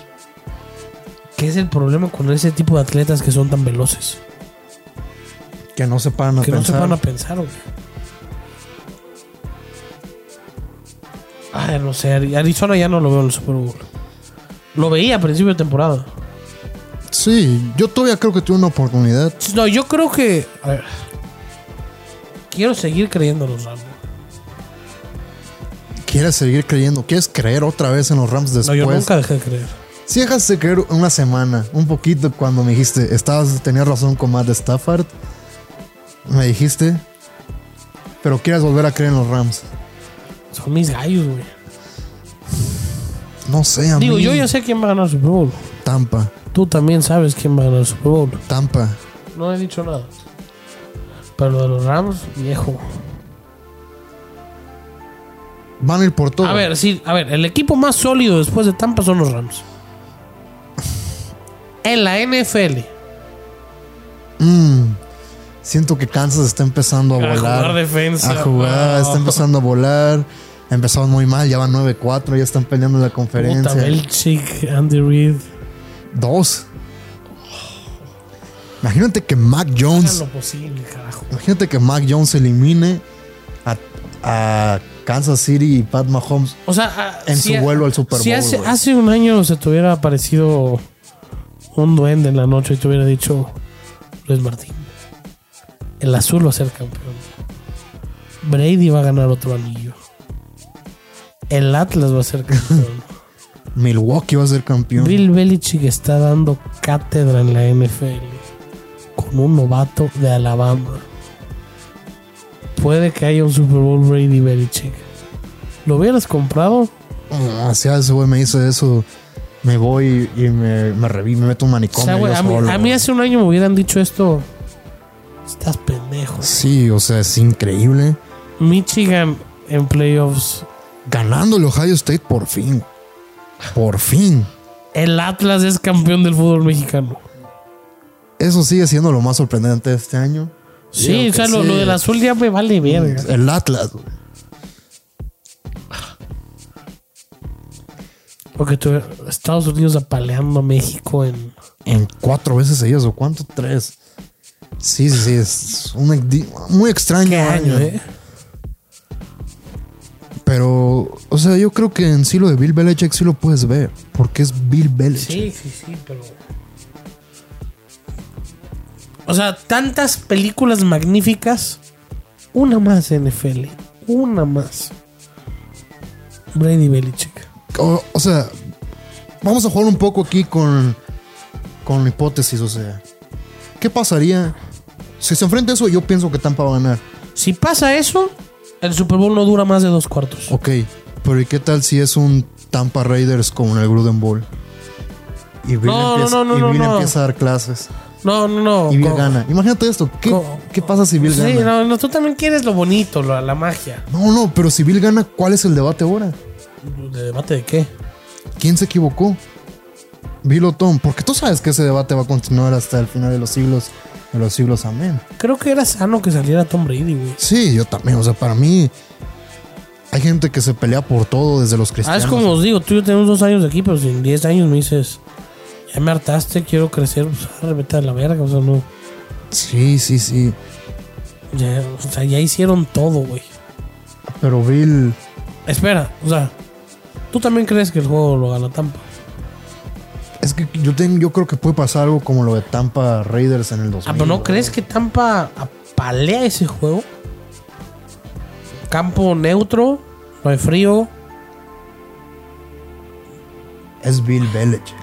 [SPEAKER 2] que es el problema con ese tipo de atletas que son tan veloces.
[SPEAKER 1] Que no se paran a
[SPEAKER 2] que
[SPEAKER 1] pensar.
[SPEAKER 2] no se van a pensar, güey. Ay, Ah, no sé, Ari- Arizona ya no lo veo en el Super Bowl. Lo veía a principio de temporada.
[SPEAKER 1] Sí, yo todavía creo que tuve una oportunidad.
[SPEAKER 2] No, yo creo que. A ver. Quiero seguir creyendo en los Rams.
[SPEAKER 1] Quieres seguir creyendo, quieres creer otra vez en los Rams
[SPEAKER 2] No,
[SPEAKER 1] después.
[SPEAKER 2] yo nunca dejé de creer.
[SPEAKER 1] Si dejaste de creer una semana, un poquito cuando me dijiste, estabas, tenías razón con Matt Stafford. Me dijiste, pero quieres volver a creer en los Rams.
[SPEAKER 2] Son mis gallos, güey.
[SPEAKER 1] No sé, amigo.
[SPEAKER 2] Digo, yo ya sé quién va a ganar el Super Bowl.
[SPEAKER 1] Tampa,
[SPEAKER 2] Tú también sabes quién va a ganar el Super Bowl.
[SPEAKER 1] Tampa.
[SPEAKER 2] No he dicho nada. Pero lo de los Rams, viejo.
[SPEAKER 1] Van a ir por todo.
[SPEAKER 2] A ver, sí, a ver, el equipo más sólido después de Tampa son los Rams. En la NFL.
[SPEAKER 1] Mm. siento que Kansas está empezando a,
[SPEAKER 2] A
[SPEAKER 1] volar.
[SPEAKER 2] jugar defensa.
[SPEAKER 1] A jugar,
[SPEAKER 2] Wow.
[SPEAKER 1] está empezando a volar. Empezaron muy mal, ya van 9-4, ya están peleando en la
[SPEAKER 2] Puta,
[SPEAKER 1] conferencia.
[SPEAKER 2] Belichick, Andy Reid.
[SPEAKER 1] Dos. Imagínate que Mac Jones.
[SPEAKER 2] Hagan lo posible, carajo.
[SPEAKER 1] Imagínate que Mac Jones elimine a, a Kansas City y Pat Mahomes
[SPEAKER 2] O sea, ah,
[SPEAKER 1] en
[SPEAKER 2] si
[SPEAKER 1] su
[SPEAKER 2] ha-
[SPEAKER 1] vuelo al Super Bowl.
[SPEAKER 2] si hace,
[SPEAKER 1] güey.
[SPEAKER 2] hace un año se te hubiera aparecido un duende en la noche y te hubiera dicho Luis Martín, el azul va a ser campeón. Brady va a ganar otro anillo. El Atlas va a
[SPEAKER 1] <laughs>
[SPEAKER 2] ser campeón.
[SPEAKER 1] Milwaukee va a ser campeón.
[SPEAKER 2] Bill Belichick está dando cátedra en la NFL con un novato de Alabama. Puede que haya un Super Bowl Brady Belichick. ¿Lo hubieras comprado?
[SPEAKER 1] Ah, si ese güey me dice eso, me voy y me, me reví, me meto un
[SPEAKER 2] O
[SPEAKER 1] manicomio.
[SPEAKER 2] sea, güey,
[SPEAKER 1] yo
[SPEAKER 2] a, mí,
[SPEAKER 1] solo,
[SPEAKER 2] a mí
[SPEAKER 1] güey.
[SPEAKER 2] hace un año me hubieran dicho esto. Estás pendejo.
[SPEAKER 1] Sí, o sea, es increíble.
[SPEAKER 2] Michigan en playoffs.
[SPEAKER 1] Ganando el Ohio State por fin. Por fin.
[SPEAKER 2] El Atlas es campeón del fútbol mexicano.
[SPEAKER 1] Eso sigue siendo lo más sorprendente de este año.
[SPEAKER 2] Sí,
[SPEAKER 1] Digo
[SPEAKER 2] o sea,
[SPEAKER 1] que
[SPEAKER 2] lo,
[SPEAKER 1] sí.
[SPEAKER 2] lo del azul ya me vale verga.
[SPEAKER 1] El Atlas, güey.
[SPEAKER 2] Porque tu- Estados Unidos apaleando a México en.
[SPEAKER 1] En cuatro veces seguidas, o cuánto? Tres. Sí, sí, sí. Es un ex- muy extraño
[SPEAKER 2] ¿Qué
[SPEAKER 1] año.
[SPEAKER 2] año, eh?
[SPEAKER 1] Pero, o sea, yo creo que en sí lo de Bill Belichick sí lo puedes ver. Porque es Bill Belichick.
[SPEAKER 2] Sí, sí, sí, pero. O sea, tantas películas magníficas. Una más, NFL. Una más. Brady Belichick.
[SPEAKER 1] O, o sea, vamos a jugar un poco aquí con, con la hipótesis. O sea, ¿qué pasaría? Si se enfrenta a eso, yo pienso que Tampa va a ganar.
[SPEAKER 2] Si pasa eso, el Super Bowl no dura más de dos cuartos.
[SPEAKER 1] Ok, pero ¿y qué tal si es un Tampa Raiders como en el Gruden Bowl? Y Bill,
[SPEAKER 2] No,
[SPEAKER 1] empieza,
[SPEAKER 2] no, no,
[SPEAKER 1] y
[SPEAKER 2] no,
[SPEAKER 1] Bill
[SPEAKER 2] no.
[SPEAKER 1] empieza a dar clases.
[SPEAKER 2] No, no, no.
[SPEAKER 1] Y Bill
[SPEAKER 2] co-
[SPEAKER 1] gana. Imagínate esto. ¿Qué,
[SPEAKER 2] co-
[SPEAKER 1] qué pasa si Bill
[SPEAKER 2] Sí,
[SPEAKER 1] gana?
[SPEAKER 2] no, no, tú también quieres lo bonito, lo- la magia.
[SPEAKER 1] No, no, pero si Bill gana, ¿cuál es el debate ahora?
[SPEAKER 2] ¿De debate de qué?
[SPEAKER 1] ¿Quién se equivocó? Vilo Tom, porque tú sabes que ese debate va a continuar hasta el final de los siglos, de los siglos, amén.
[SPEAKER 2] Creo que era sano que saliera Tom Brady, güey.
[SPEAKER 1] Sí, yo también, o sea, para mí hay gente que se pelea por todo desde los
[SPEAKER 2] Ah,
[SPEAKER 1] cristianos.
[SPEAKER 2] es como os digo, tú y yo tenemos dos años de aquí, pero si en 10 años me dices, ya me hartaste, quiero crecer, pues arre, vete a la verga, o sea, no.
[SPEAKER 1] Sí, sí, sí.
[SPEAKER 2] Ya, o sea, ya hicieron todo, güey.
[SPEAKER 1] Pero Bill,
[SPEAKER 2] Espera, o sea, tú también crees que el juego lo gana Tampa.
[SPEAKER 1] es que yo tengo, yo creo que puede pasar algo como lo de Tampa Raiders en el 2000.
[SPEAKER 2] Ah, pero ¿no
[SPEAKER 1] güey.
[SPEAKER 2] crees que Tampa apalea ese juego? Campo neutro, no hay frío.
[SPEAKER 1] Es Bill Belichick.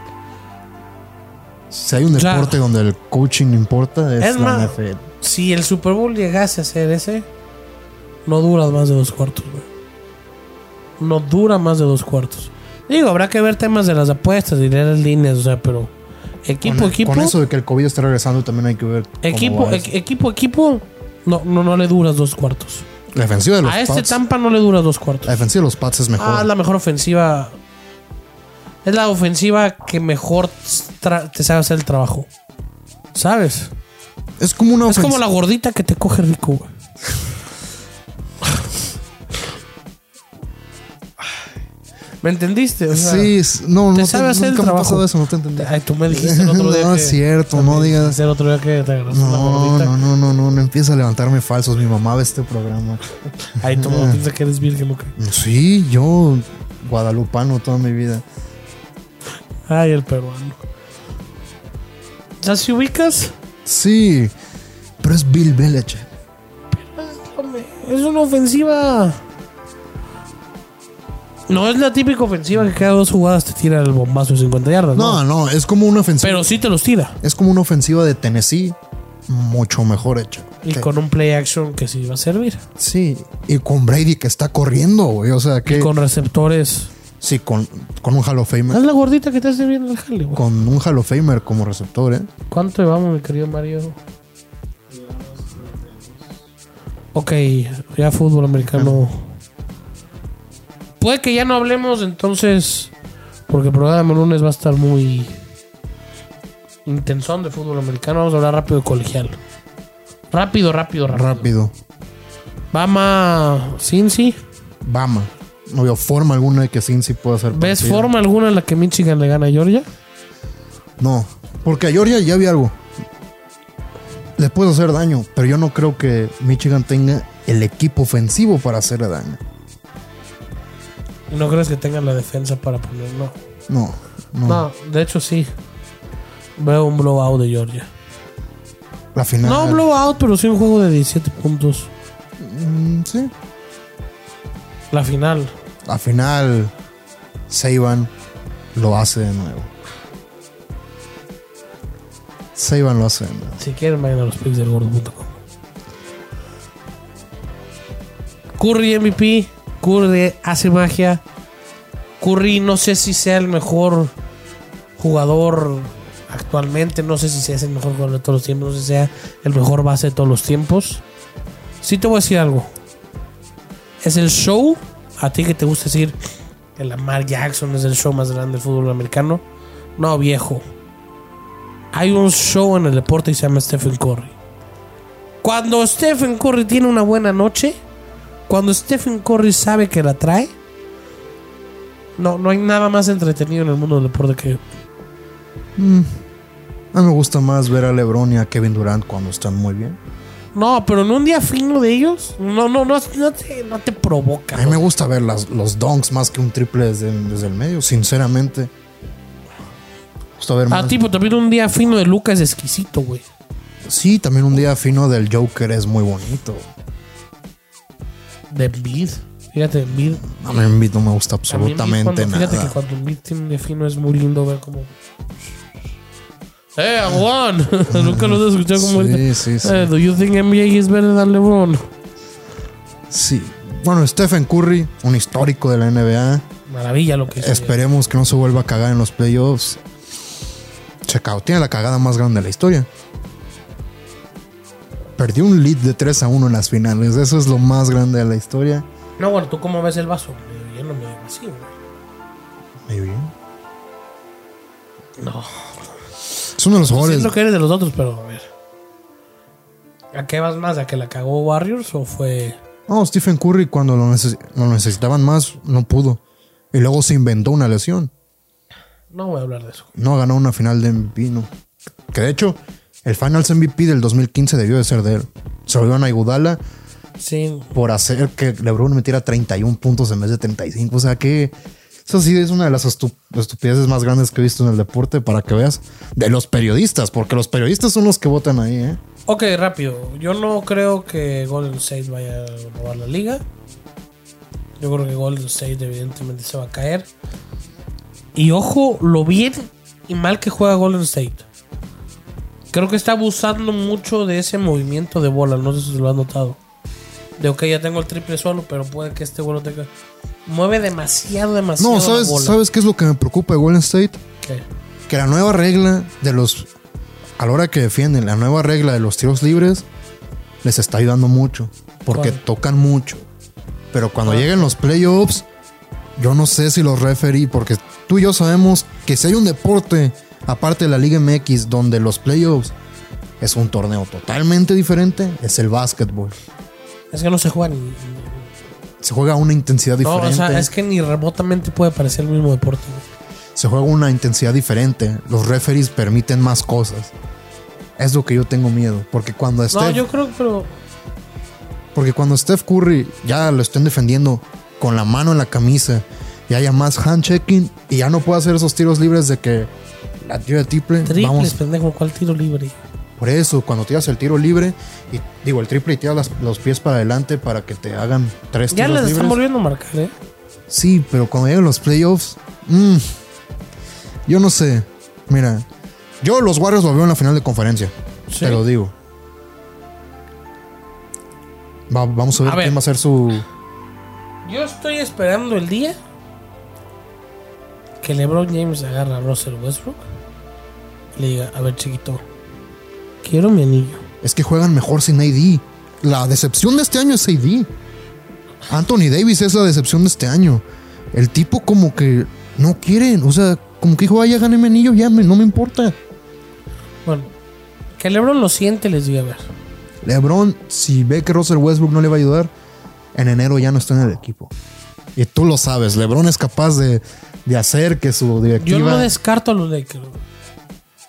[SPEAKER 1] Si hay un
[SPEAKER 2] Ya.
[SPEAKER 1] deporte donde el coaching importa, es,
[SPEAKER 2] Es
[SPEAKER 1] la
[SPEAKER 2] más-
[SPEAKER 1] NFL.
[SPEAKER 2] Si el Super Bowl llegase a ser ese, no dura más de dos cuartos, güey. No dura más de dos cuartos. Digo, habrá que ver temas de las apuestas y leer las líneas, o sea, pero equipo,
[SPEAKER 1] con, e-,
[SPEAKER 2] equipo,
[SPEAKER 1] con eso de que el COVID está regresando, también hay que ver. cómo
[SPEAKER 2] equipo,
[SPEAKER 1] va
[SPEAKER 2] e-
[SPEAKER 1] eso.
[SPEAKER 2] equipo, equipo, no, no, no le duras dos cuartos.
[SPEAKER 1] la defensiva de los
[SPEAKER 2] A este
[SPEAKER 1] Pats.
[SPEAKER 2] Tampa no le dura dos
[SPEAKER 1] La
[SPEAKER 2] cuartos.
[SPEAKER 1] defensiva de los Pats es mejor.
[SPEAKER 2] Ah, es la mejor ofensiva. Es la ofensiva que mejor tra- te sabe hacer el trabajo. ¿Sabes?
[SPEAKER 1] Es como una
[SPEAKER 2] Es como
[SPEAKER 1] ofensiva-
[SPEAKER 2] la gordita que te coge rico, güey. ¿Me entendiste? O sea,
[SPEAKER 1] Sí, es- no, no
[SPEAKER 2] te sabe hacer el
[SPEAKER 1] nunca me ha
[SPEAKER 2] trabajo.
[SPEAKER 1] pasado eso, no te entendí.
[SPEAKER 2] Ay, tú me dijiste el otro día.
[SPEAKER 1] <laughs> No,
[SPEAKER 2] que-
[SPEAKER 1] es cierto, no digas.
[SPEAKER 2] El otro día que te agarraste la
[SPEAKER 1] No,
[SPEAKER 2] gordita.
[SPEAKER 1] no, no, no, no, no empieza a levantarme falsos. Mi mamá ve este programa.
[SPEAKER 2] Ay, tú me piensas que eres virgen, ok.
[SPEAKER 1] Sí, yo guadalupano toda mi vida.
[SPEAKER 2] Ay, el peruano. ¿Ya si ubicas?
[SPEAKER 1] Sí, pero es Bill Belichick.
[SPEAKER 2] Hombre, Es una ofensiva. No es la típica ofensiva que cada dos jugadas te tira el bombazo de 50 yardas. Pues No,
[SPEAKER 1] No, no, es como una ofensiva.
[SPEAKER 2] Pero sí te los tira.
[SPEAKER 1] Es como una ofensiva de Tennessee mucho mejor hecha.
[SPEAKER 2] Y con un play action que sí va a servir.
[SPEAKER 1] Sí, y con Brady que está corriendo, güey. O sea, que.
[SPEAKER 2] Y con receptores.
[SPEAKER 1] Sí, con, con un Hall of Famer.
[SPEAKER 2] Es la gordita que te hace bien el jale, güey.
[SPEAKER 1] Con un Hall of Famer como receptor, ¿eh?
[SPEAKER 2] ¿Cuánto llevamos, mi querido Mario? Ok, ya fútbol americano. Puede que ya no hablemos entonces, porque el programa el lunes va a estar muy intensón de fútbol americano. Vamos a hablar rápido de colegial. Rápido, rápido, rápido.
[SPEAKER 1] Rápido.
[SPEAKER 2] Bama, Cincy.
[SPEAKER 1] Bama. No veo forma alguna de que Cincy pueda hacer.
[SPEAKER 2] ¿Ves
[SPEAKER 1] partido.
[SPEAKER 2] forma alguna en la que Michigan le gana a Georgia?
[SPEAKER 1] No. Porque a Georgia ya había algo. Le puedo hacer daño, pero yo no creo que Michigan tenga el equipo ofensivo para hacerle daño.
[SPEAKER 2] ¿No crees que tengan la defensa para ponerlo?
[SPEAKER 1] No, no.
[SPEAKER 2] No, de hecho sí. Veo un blowout de Georgia.
[SPEAKER 1] La final.
[SPEAKER 2] No un blowout, pero sí un juego de 17 puntos.
[SPEAKER 1] Mm, sí.
[SPEAKER 2] La final.
[SPEAKER 1] Al final, Saban lo hace de nuevo. Saban lo hace de nuevo.
[SPEAKER 2] Si quieren, vayan a los picks del gordo.com. Curry MVP. Curry hace magia. Curry no sé si sea el mejor jugador actualmente. No sé si sea el mejor jugador de todos los tiempos. No sé si sea el mejor base de todos los tiempos. Sí te voy a decir algo. Es el show. A ti que te gusta decir que Lamar Jackson es el show más grande del fútbol americano. No, viejo. Hay un show en el deporte y se llama Stephen Curry. Cuando Stephen Curry tiene una buena noche, cuando Stephen Curry sabe que la trae, no, no hay nada más entretenido en el mundo del deporte que
[SPEAKER 1] A mí me gusta más ver a LeBron y a Kevin Durant cuando están muy bien.
[SPEAKER 2] No, pero en un día fino de ellos, no, no, no, no te, no te provoca.
[SPEAKER 1] A mí me gusta ver las- los donks más que un triple desde, desde el medio, sinceramente. Me gusta ver
[SPEAKER 2] Ah,
[SPEAKER 1] más.
[SPEAKER 2] tipo, también un día fino de Lucas es exquisito, güey.
[SPEAKER 1] Sí, también un día fino del Joker es muy bonito.
[SPEAKER 2] De Embiid. Fíjate, Embiid.
[SPEAKER 1] A mí Embiid no me gusta
[SPEAKER 2] a mí Embiid
[SPEAKER 1] absolutamente
[SPEAKER 2] cuando- Fíjate que
[SPEAKER 1] nada.
[SPEAKER 2] cuando Embiid tiene un día fino es muy lindo ver como... ¡Eh, I won! <laughs> Nunca lo has escuchado como... ahorita.
[SPEAKER 1] Sí, sí, sí.
[SPEAKER 2] Eh, do you think NBA is better than LeBron?
[SPEAKER 1] Sí. Bueno, Stephen Curry, un histórico de la NBA.
[SPEAKER 2] Maravilla lo que hizo.
[SPEAKER 1] Esperemos que no se vuelva a cagar en los playoffs. Checao, tiene la cagada más grande de la historia. Perdió un lead de 3 a 1 en las finales. Eso es lo más grande de la historia.
[SPEAKER 2] No, bueno, ¿tú cómo ves el vaso? Yo no me veo así, güey.
[SPEAKER 1] Muy bien.
[SPEAKER 2] No.
[SPEAKER 1] Es uno de los jugadores.
[SPEAKER 2] Siento que eres de los otros, pero a ver. ¿A qué vas más? ¿A que la cagó Warriors o fue.?
[SPEAKER 1] No, Stephen Curry cuando lo, neces- lo necesitaban más no pudo. Y luego se inventó una lesión.
[SPEAKER 2] No voy a hablar de eso.
[SPEAKER 1] No ganó una final de MVP, no. Que de hecho, el Finals MVP del 2015 debió de ser de él. Se lo dieron a Iguodala
[SPEAKER 2] Sí.
[SPEAKER 1] por hacer que LeBron metiera 31 puntos en vez de 35. O sea que eso sí es una de las estu- estupideces más grandes que he visto en el deporte, para que veas. De los periodistas, porque los periodistas son los que votan ahí, ¿eh?
[SPEAKER 2] Ok, rápido. Yo no creo que Golden State vaya a robar la liga. Yo creo que Golden State evidentemente se va a caer. Y ojo lo bien y mal que juega Golden State. Creo que está abusando mucho de ese movimiento de bola. No sé si lo han notado. De ok, ya tengo el triple solo, pero puede que este vuelo tenga. Mueve demasiado, demasiado.
[SPEAKER 1] No,
[SPEAKER 2] la
[SPEAKER 1] ¿sabes,
[SPEAKER 2] bola.
[SPEAKER 1] ¿sabes qué es lo que me preocupa de Golden State?
[SPEAKER 2] ¿Qué?
[SPEAKER 1] que la nueva regla de los. A la hora que defienden, la nueva regla de los tiros libres les está ayudando mucho. Porque
[SPEAKER 2] ¿Cuál? Ah.
[SPEAKER 1] tocan mucho. Pero cuando lleguen los playoffs, yo no sé si los referí. Porque tú y yo sabemos que si hay un deporte, aparte de la Liga MX, donde los playoffs es un torneo totalmente diferente, es el básquetbol.
[SPEAKER 2] Es que no se juega ni.
[SPEAKER 1] Se juega a una intensidad
[SPEAKER 2] No,
[SPEAKER 1] diferente.
[SPEAKER 2] o sea, es que ni remotamente puede parecer el mismo deporte. güey.
[SPEAKER 1] se juega una intensidad diferente. Los referees permiten más cosas. Es lo que yo tengo miedo. Porque cuando esté.
[SPEAKER 2] No, yo creo, pero.
[SPEAKER 1] Porque cuando Steph Curry ya lo estén defendiendo con la mano en la camisa y haya más hand checking y ya no pueda hacer esos tiros libres de que la tira de triple,
[SPEAKER 2] Triples,
[SPEAKER 1] vamos
[SPEAKER 2] pendejo, ¿cuál tiro libre?
[SPEAKER 1] por eso, cuando tiras el tiro libre y digo el triple y tiras las- los pies para adelante para que te hagan tres
[SPEAKER 2] Ya les
[SPEAKER 1] tiros
[SPEAKER 2] están
[SPEAKER 1] libres.
[SPEAKER 2] volviendo a marcar, ¿eh?
[SPEAKER 1] Sí, pero cuando lleguen los playoffs, mm, yo no sé. Mira, yo los Warriors lo veo en la final de conferencia,
[SPEAKER 2] Sí.
[SPEAKER 1] te lo digo. Va- vamos a ver,
[SPEAKER 2] A ver.
[SPEAKER 1] quién va a ser su
[SPEAKER 2] Yo estoy esperando el día que LeBron James agarra a Russell Westbrook y le diga, a ver, chiquito, quiero mi anillo.
[SPEAKER 1] es que juegan mejor sin AD. La decepción de este año es AD. Anthony Davis es la decepción de este año. El tipo como que no quieren, o sea, como que dijo, "Ay, ya gané mi anillo, ya me- no me importa.
[SPEAKER 2] Bueno, que LeBron lo siente y les diga, a ver,
[SPEAKER 1] LeBron, si ve que Russell Westbrook no le va a ayudar, en enero ya no está en el equipo. Y tú lo sabes, LeBron es capaz de, de hacer que su
[SPEAKER 2] yo
[SPEAKER 1] directiva...
[SPEAKER 2] no descarto a los Lakers.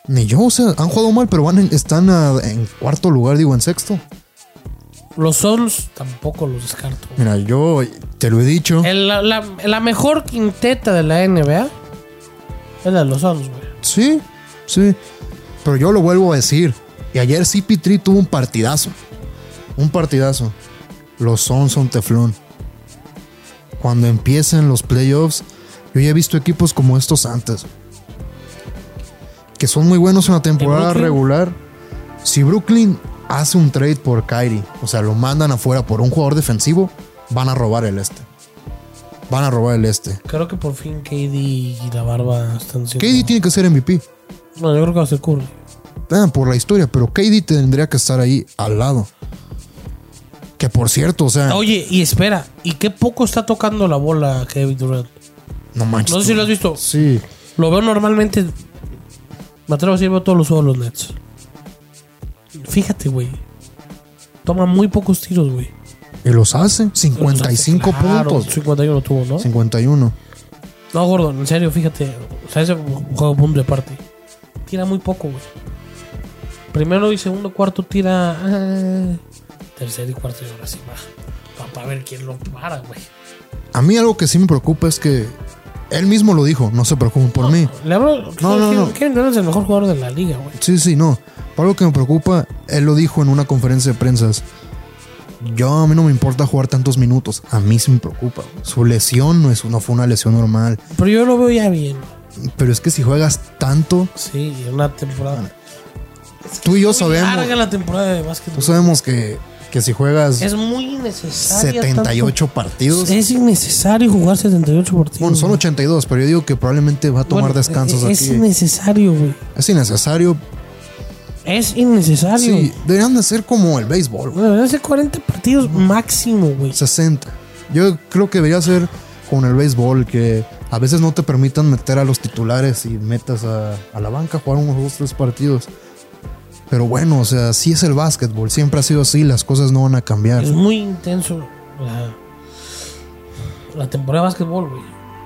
[SPEAKER 1] Ni yo, o sea, han jugado mal, pero van en- están ah, en cuarto lugar, digo, en sexto.
[SPEAKER 2] Los Suns tampoco los descarto.
[SPEAKER 1] Mira, yo te lo he dicho.
[SPEAKER 2] El- la, la- la mejor quinteta de la NBA es la de los Suns, güey.
[SPEAKER 1] Sí, sí. Pero yo lo vuelvo a decir. Y ayer CP3 tuvo un partidazo. Un partidazo. Los Suns son teflón. Cuando empiecen los playoffs, yo ya he visto equipos como estos antes. Que son muy buenos en la temporada
[SPEAKER 2] Brooklyn?
[SPEAKER 1] regular. Si Brooklyn hace un trade por Kyrie, o sea, lo mandan afuera por un jugador defensivo, van a robar el este. Van a robar el este.
[SPEAKER 2] Creo que por fin KD y la barba están siendo.
[SPEAKER 1] KD tiene que ser MVP.
[SPEAKER 2] No, yo creo que va a ser Curry.
[SPEAKER 1] Ah, por la historia, pero KD tendría que estar ahí al lado. Que por cierto, o sea,
[SPEAKER 2] Oye, y espera, ¿y qué poco está tocando la bola Kevin Durant?
[SPEAKER 1] no manches.
[SPEAKER 2] No sé si lo has visto.
[SPEAKER 1] Sí,
[SPEAKER 2] Lo veo normalmente. Me atrevo a decir, veo todos los juegos de los Nets. Fíjate, güey. Toma muy pocos tiros, güey.
[SPEAKER 1] y los hace. 55
[SPEAKER 2] Claro,
[SPEAKER 1] puntos.
[SPEAKER 2] 51 tuvo, ¿no?
[SPEAKER 1] 51.
[SPEAKER 2] No, Gordon, en serio, fíjate. O sea, ese juego punto de parte. Tira muy poco, güey. Primero y segundo cuarto tira. ah, tercero y cuarto y ahora sí baja. Para ver quién lo para, güey.
[SPEAKER 1] A mí algo que sí me preocupa es que él mismo lo dijo, no se preocupen por mí.
[SPEAKER 2] LeBron,
[SPEAKER 1] No, no, no.
[SPEAKER 2] Kevin Durant es el mejor jugador de la liga, güey.
[SPEAKER 1] Sí, sí, no. Pero algo que me preocupa, él lo dijo en una conferencia de prensas. Yo a mí no me importa jugar tantos minutos, a mí sí me preocupa. Su lesión no es no fue una lesión normal,
[SPEAKER 2] Pero yo lo veo ya bien.
[SPEAKER 1] pero es que si juegas tanto,
[SPEAKER 2] Sí, en una temporada. Es que
[SPEAKER 1] tú y yo
[SPEAKER 2] es muy
[SPEAKER 1] Ah, sabemos.
[SPEAKER 2] Larga la temporada de básquet.
[SPEAKER 1] Tú Pues sabemos que, que si juegas
[SPEAKER 2] Es muy innecesario.
[SPEAKER 1] 78 partidos.
[SPEAKER 2] Es innecesario jugar 78 partidos.
[SPEAKER 1] Bueno, son
[SPEAKER 2] güey.
[SPEAKER 1] 82, pero yo digo que probablemente va a tomar
[SPEAKER 2] Bueno,
[SPEAKER 1] descansos
[SPEAKER 2] es, Es
[SPEAKER 1] aquí.
[SPEAKER 2] innecesario, güey.
[SPEAKER 1] Es innecesario.
[SPEAKER 2] Es innecesario.
[SPEAKER 1] Sí, deberían de ser como el béisbol, güey,
[SPEAKER 2] Bueno, deberían ser 40 partidos máximo, güey.
[SPEAKER 1] 60. Yo creo que debería ser con el béisbol, que a veces no te permitan meter a los titulares y metas a, a la banca a jugar unos dos, tres partidos. Pero bueno, o sea, sí es el básquetbol, siempre ha sido así, las cosas no van a cambiar.
[SPEAKER 2] Es muy intenso la, la temporada de básquetbol, güey.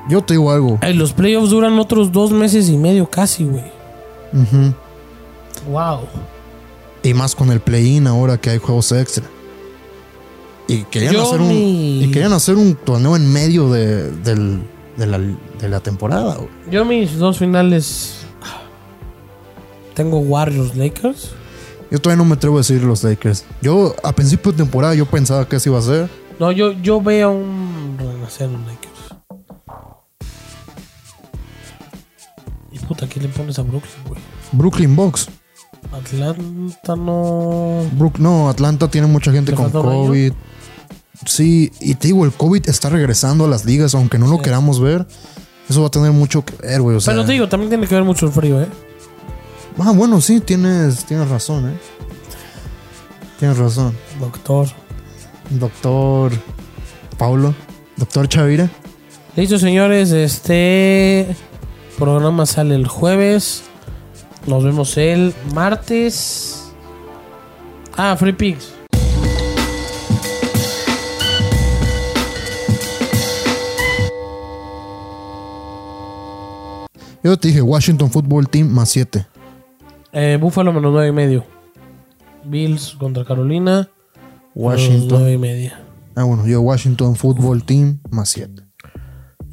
[SPEAKER 1] Yo te digo algo.
[SPEAKER 2] Ay, los playoffs duran otros dos meses y medio casi, güey.
[SPEAKER 1] ujú,
[SPEAKER 2] Wow.
[SPEAKER 1] Y más con el play-in ahora que hay juegos extra. Y querían,
[SPEAKER 2] Yo
[SPEAKER 1] hacer un,
[SPEAKER 2] ni-
[SPEAKER 1] y querían hacer un torneo en medio de, del- de la, de la temporada. güey.
[SPEAKER 2] Yo mis dos finales. Tengo Warriors Lakers.
[SPEAKER 1] Yo todavía no me atrevo a decir los Lakers. Yo a principio de temporada yo pensaba que así iba a ser.
[SPEAKER 2] No, yo, yo veo un renacer en Lakers. Y puta, ¿qué le pones a Brooklyn, güey?
[SPEAKER 1] Brooklyn Bucks.
[SPEAKER 2] Atlanta no.
[SPEAKER 1] Brook- no, Atlanta tiene mucha gente
[SPEAKER 2] ¿Le
[SPEAKER 1] con
[SPEAKER 2] faltó Bello?
[SPEAKER 1] COVID. Sí, y te digo, el COVID está regresando a las ligas, aunque no lo queramos ver. Eso va a tener mucho que ver, güey. o sea.
[SPEAKER 2] Pero te digo, también tiene que ver mucho el frío, ¿eh?
[SPEAKER 1] Ah, bueno, sí, tienes, tienes razón, ¿eh? Tienes razón.
[SPEAKER 2] Doctor.
[SPEAKER 1] Doctor Paulo, doctor Chavira.
[SPEAKER 2] Listo, señores. Este programa sale el jueves. Nos vemos el martes. Ah, Free Picks.
[SPEAKER 1] Yo te dije Washington Football Team más 7.
[SPEAKER 2] Eh, Buffalo menos nueve y medio. Bills contra Carolina. menos
[SPEAKER 1] Washington.
[SPEAKER 2] nueve y media.
[SPEAKER 1] Ah, bueno, yo Washington Football Team más 7.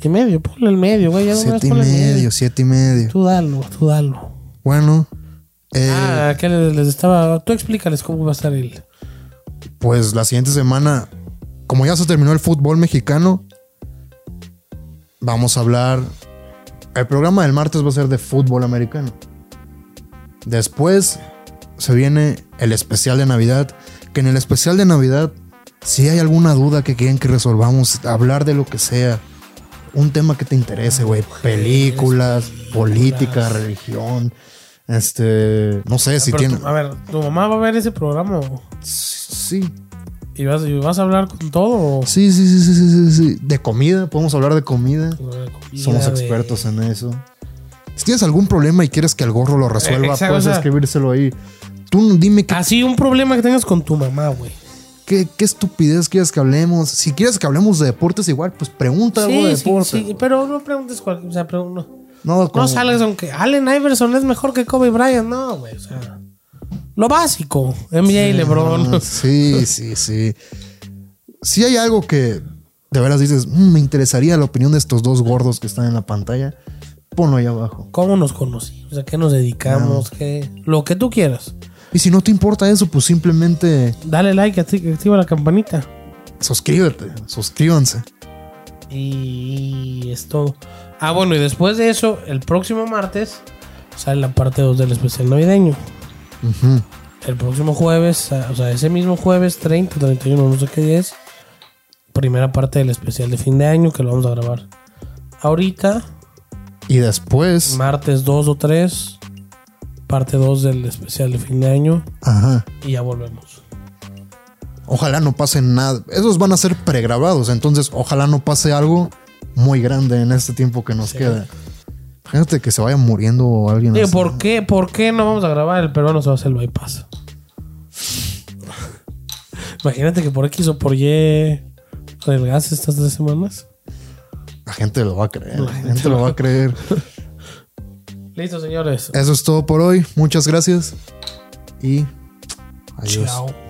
[SPEAKER 2] Y medio, ponle el medio, güey. Ya no me
[SPEAKER 1] 7 y
[SPEAKER 2] ponle el medio.
[SPEAKER 1] medio, 7 y medio.
[SPEAKER 2] Tú dalo, tú dalo.
[SPEAKER 1] Bueno, eh,
[SPEAKER 2] Ah, que les, les estaba. Tú explícales cómo va a estar el.
[SPEAKER 1] pues la siguiente semana, como ya se terminó el fútbol mexicano, vamos a hablar. El programa del martes va a ser de fútbol americano. Después se viene el especial de Navidad. Que en el especial de Navidad, si hay alguna duda que quieren que resolvamos, hablar de lo que sea. Un tema que te interese, güey. Películas, política, religión. Este, no sé si
[SPEAKER 2] Ah, Pero
[SPEAKER 1] tiene.
[SPEAKER 2] tú- a ver, tu mamá va a ver ese programa
[SPEAKER 1] Sí,
[SPEAKER 2] y vas, y vas a hablar con todo. o-
[SPEAKER 1] Sí, sí, sí, sí, sí, sí, sí. De comida, podemos hablar de comida. Somos
[SPEAKER 2] Comida de-
[SPEAKER 1] expertos en eso. Si tienes algún problema y quieres que el gorro lo resuelva,
[SPEAKER 2] Eh, exacto,
[SPEAKER 1] puedes
[SPEAKER 2] o sea-
[SPEAKER 1] escribírselo ahí. Tú dime qué,
[SPEAKER 2] Así un problema que tengas con tu mamá, güey.
[SPEAKER 1] qué, qué estupidez quieres que hablemos. Si quieres que hablemos de deportes igual, pues pregunta algo de
[SPEAKER 2] Sí, sí,
[SPEAKER 1] deporte.
[SPEAKER 2] sí, pero no preguntes cual, o sea, pero no,
[SPEAKER 1] No, como-
[SPEAKER 2] no salgas aunque Allen Iverson es mejor que Kobe Bryant, no, güey, o sea, lo básico, NBA y LeBron.
[SPEAKER 1] Ah, Sí, sí, sí. Si hay algo que de veras dices, "Mm, me interesaría la opinión de estos dos gordos que están en la pantalla, ponlo ahí abajo.
[SPEAKER 2] ¿Cómo nos conocimos? ¿A qué nos dedicamos? ¿Qué? Lo que tú quieras.
[SPEAKER 1] Y si no te importa eso, pues simplemente
[SPEAKER 2] Dale like, acti- activa la campanita.
[SPEAKER 1] suscríbete, suscríbanse.
[SPEAKER 2] Y es todo. Ah, bueno, y después de eso, el próximo martes sale la parte 2 del especial navideño.
[SPEAKER 1] Ujú.
[SPEAKER 2] El próximo jueves, ah, o sea, ese mismo jueves, 30, 31, no sé qué día es. Primera parte del especial de fin de año que lo vamos a grabar. Ahorita,
[SPEAKER 1] Y después,
[SPEAKER 2] martes 2 o 3, parte 2 del especial de fin de año.
[SPEAKER 1] ajá,
[SPEAKER 2] Y ya volvemos.
[SPEAKER 1] ojalá no pase nada. Esos van a ser pregrabados, entonces ojalá no pase algo muy grande en este tiempo que nos
[SPEAKER 2] Sí.
[SPEAKER 1] queda. Imagínate que se vaya muriendo alguien.
[SPEAKER 2] Digo,
[SPEAKER 1] así.
[SPEAKER 2] ¿por qué, ¿por qué no vamos a grabar? El peruano se va a hacer el bypass. Imagínate que por X o por Y gas estas tres semanas.
[SPEAKER 1] La gente lo va a creer,
[SPEAKER 2] La
[SPEAKER 1] la
[SPEAKER 2] gente
[SPEAKER 1] gente lo va a creer.
[SPEAKER 2] Listo, señores.
[SPEAKER 1] Eso es todo por hoy. Muchas gracias y adiós.
[SPEAKER 2] Chao.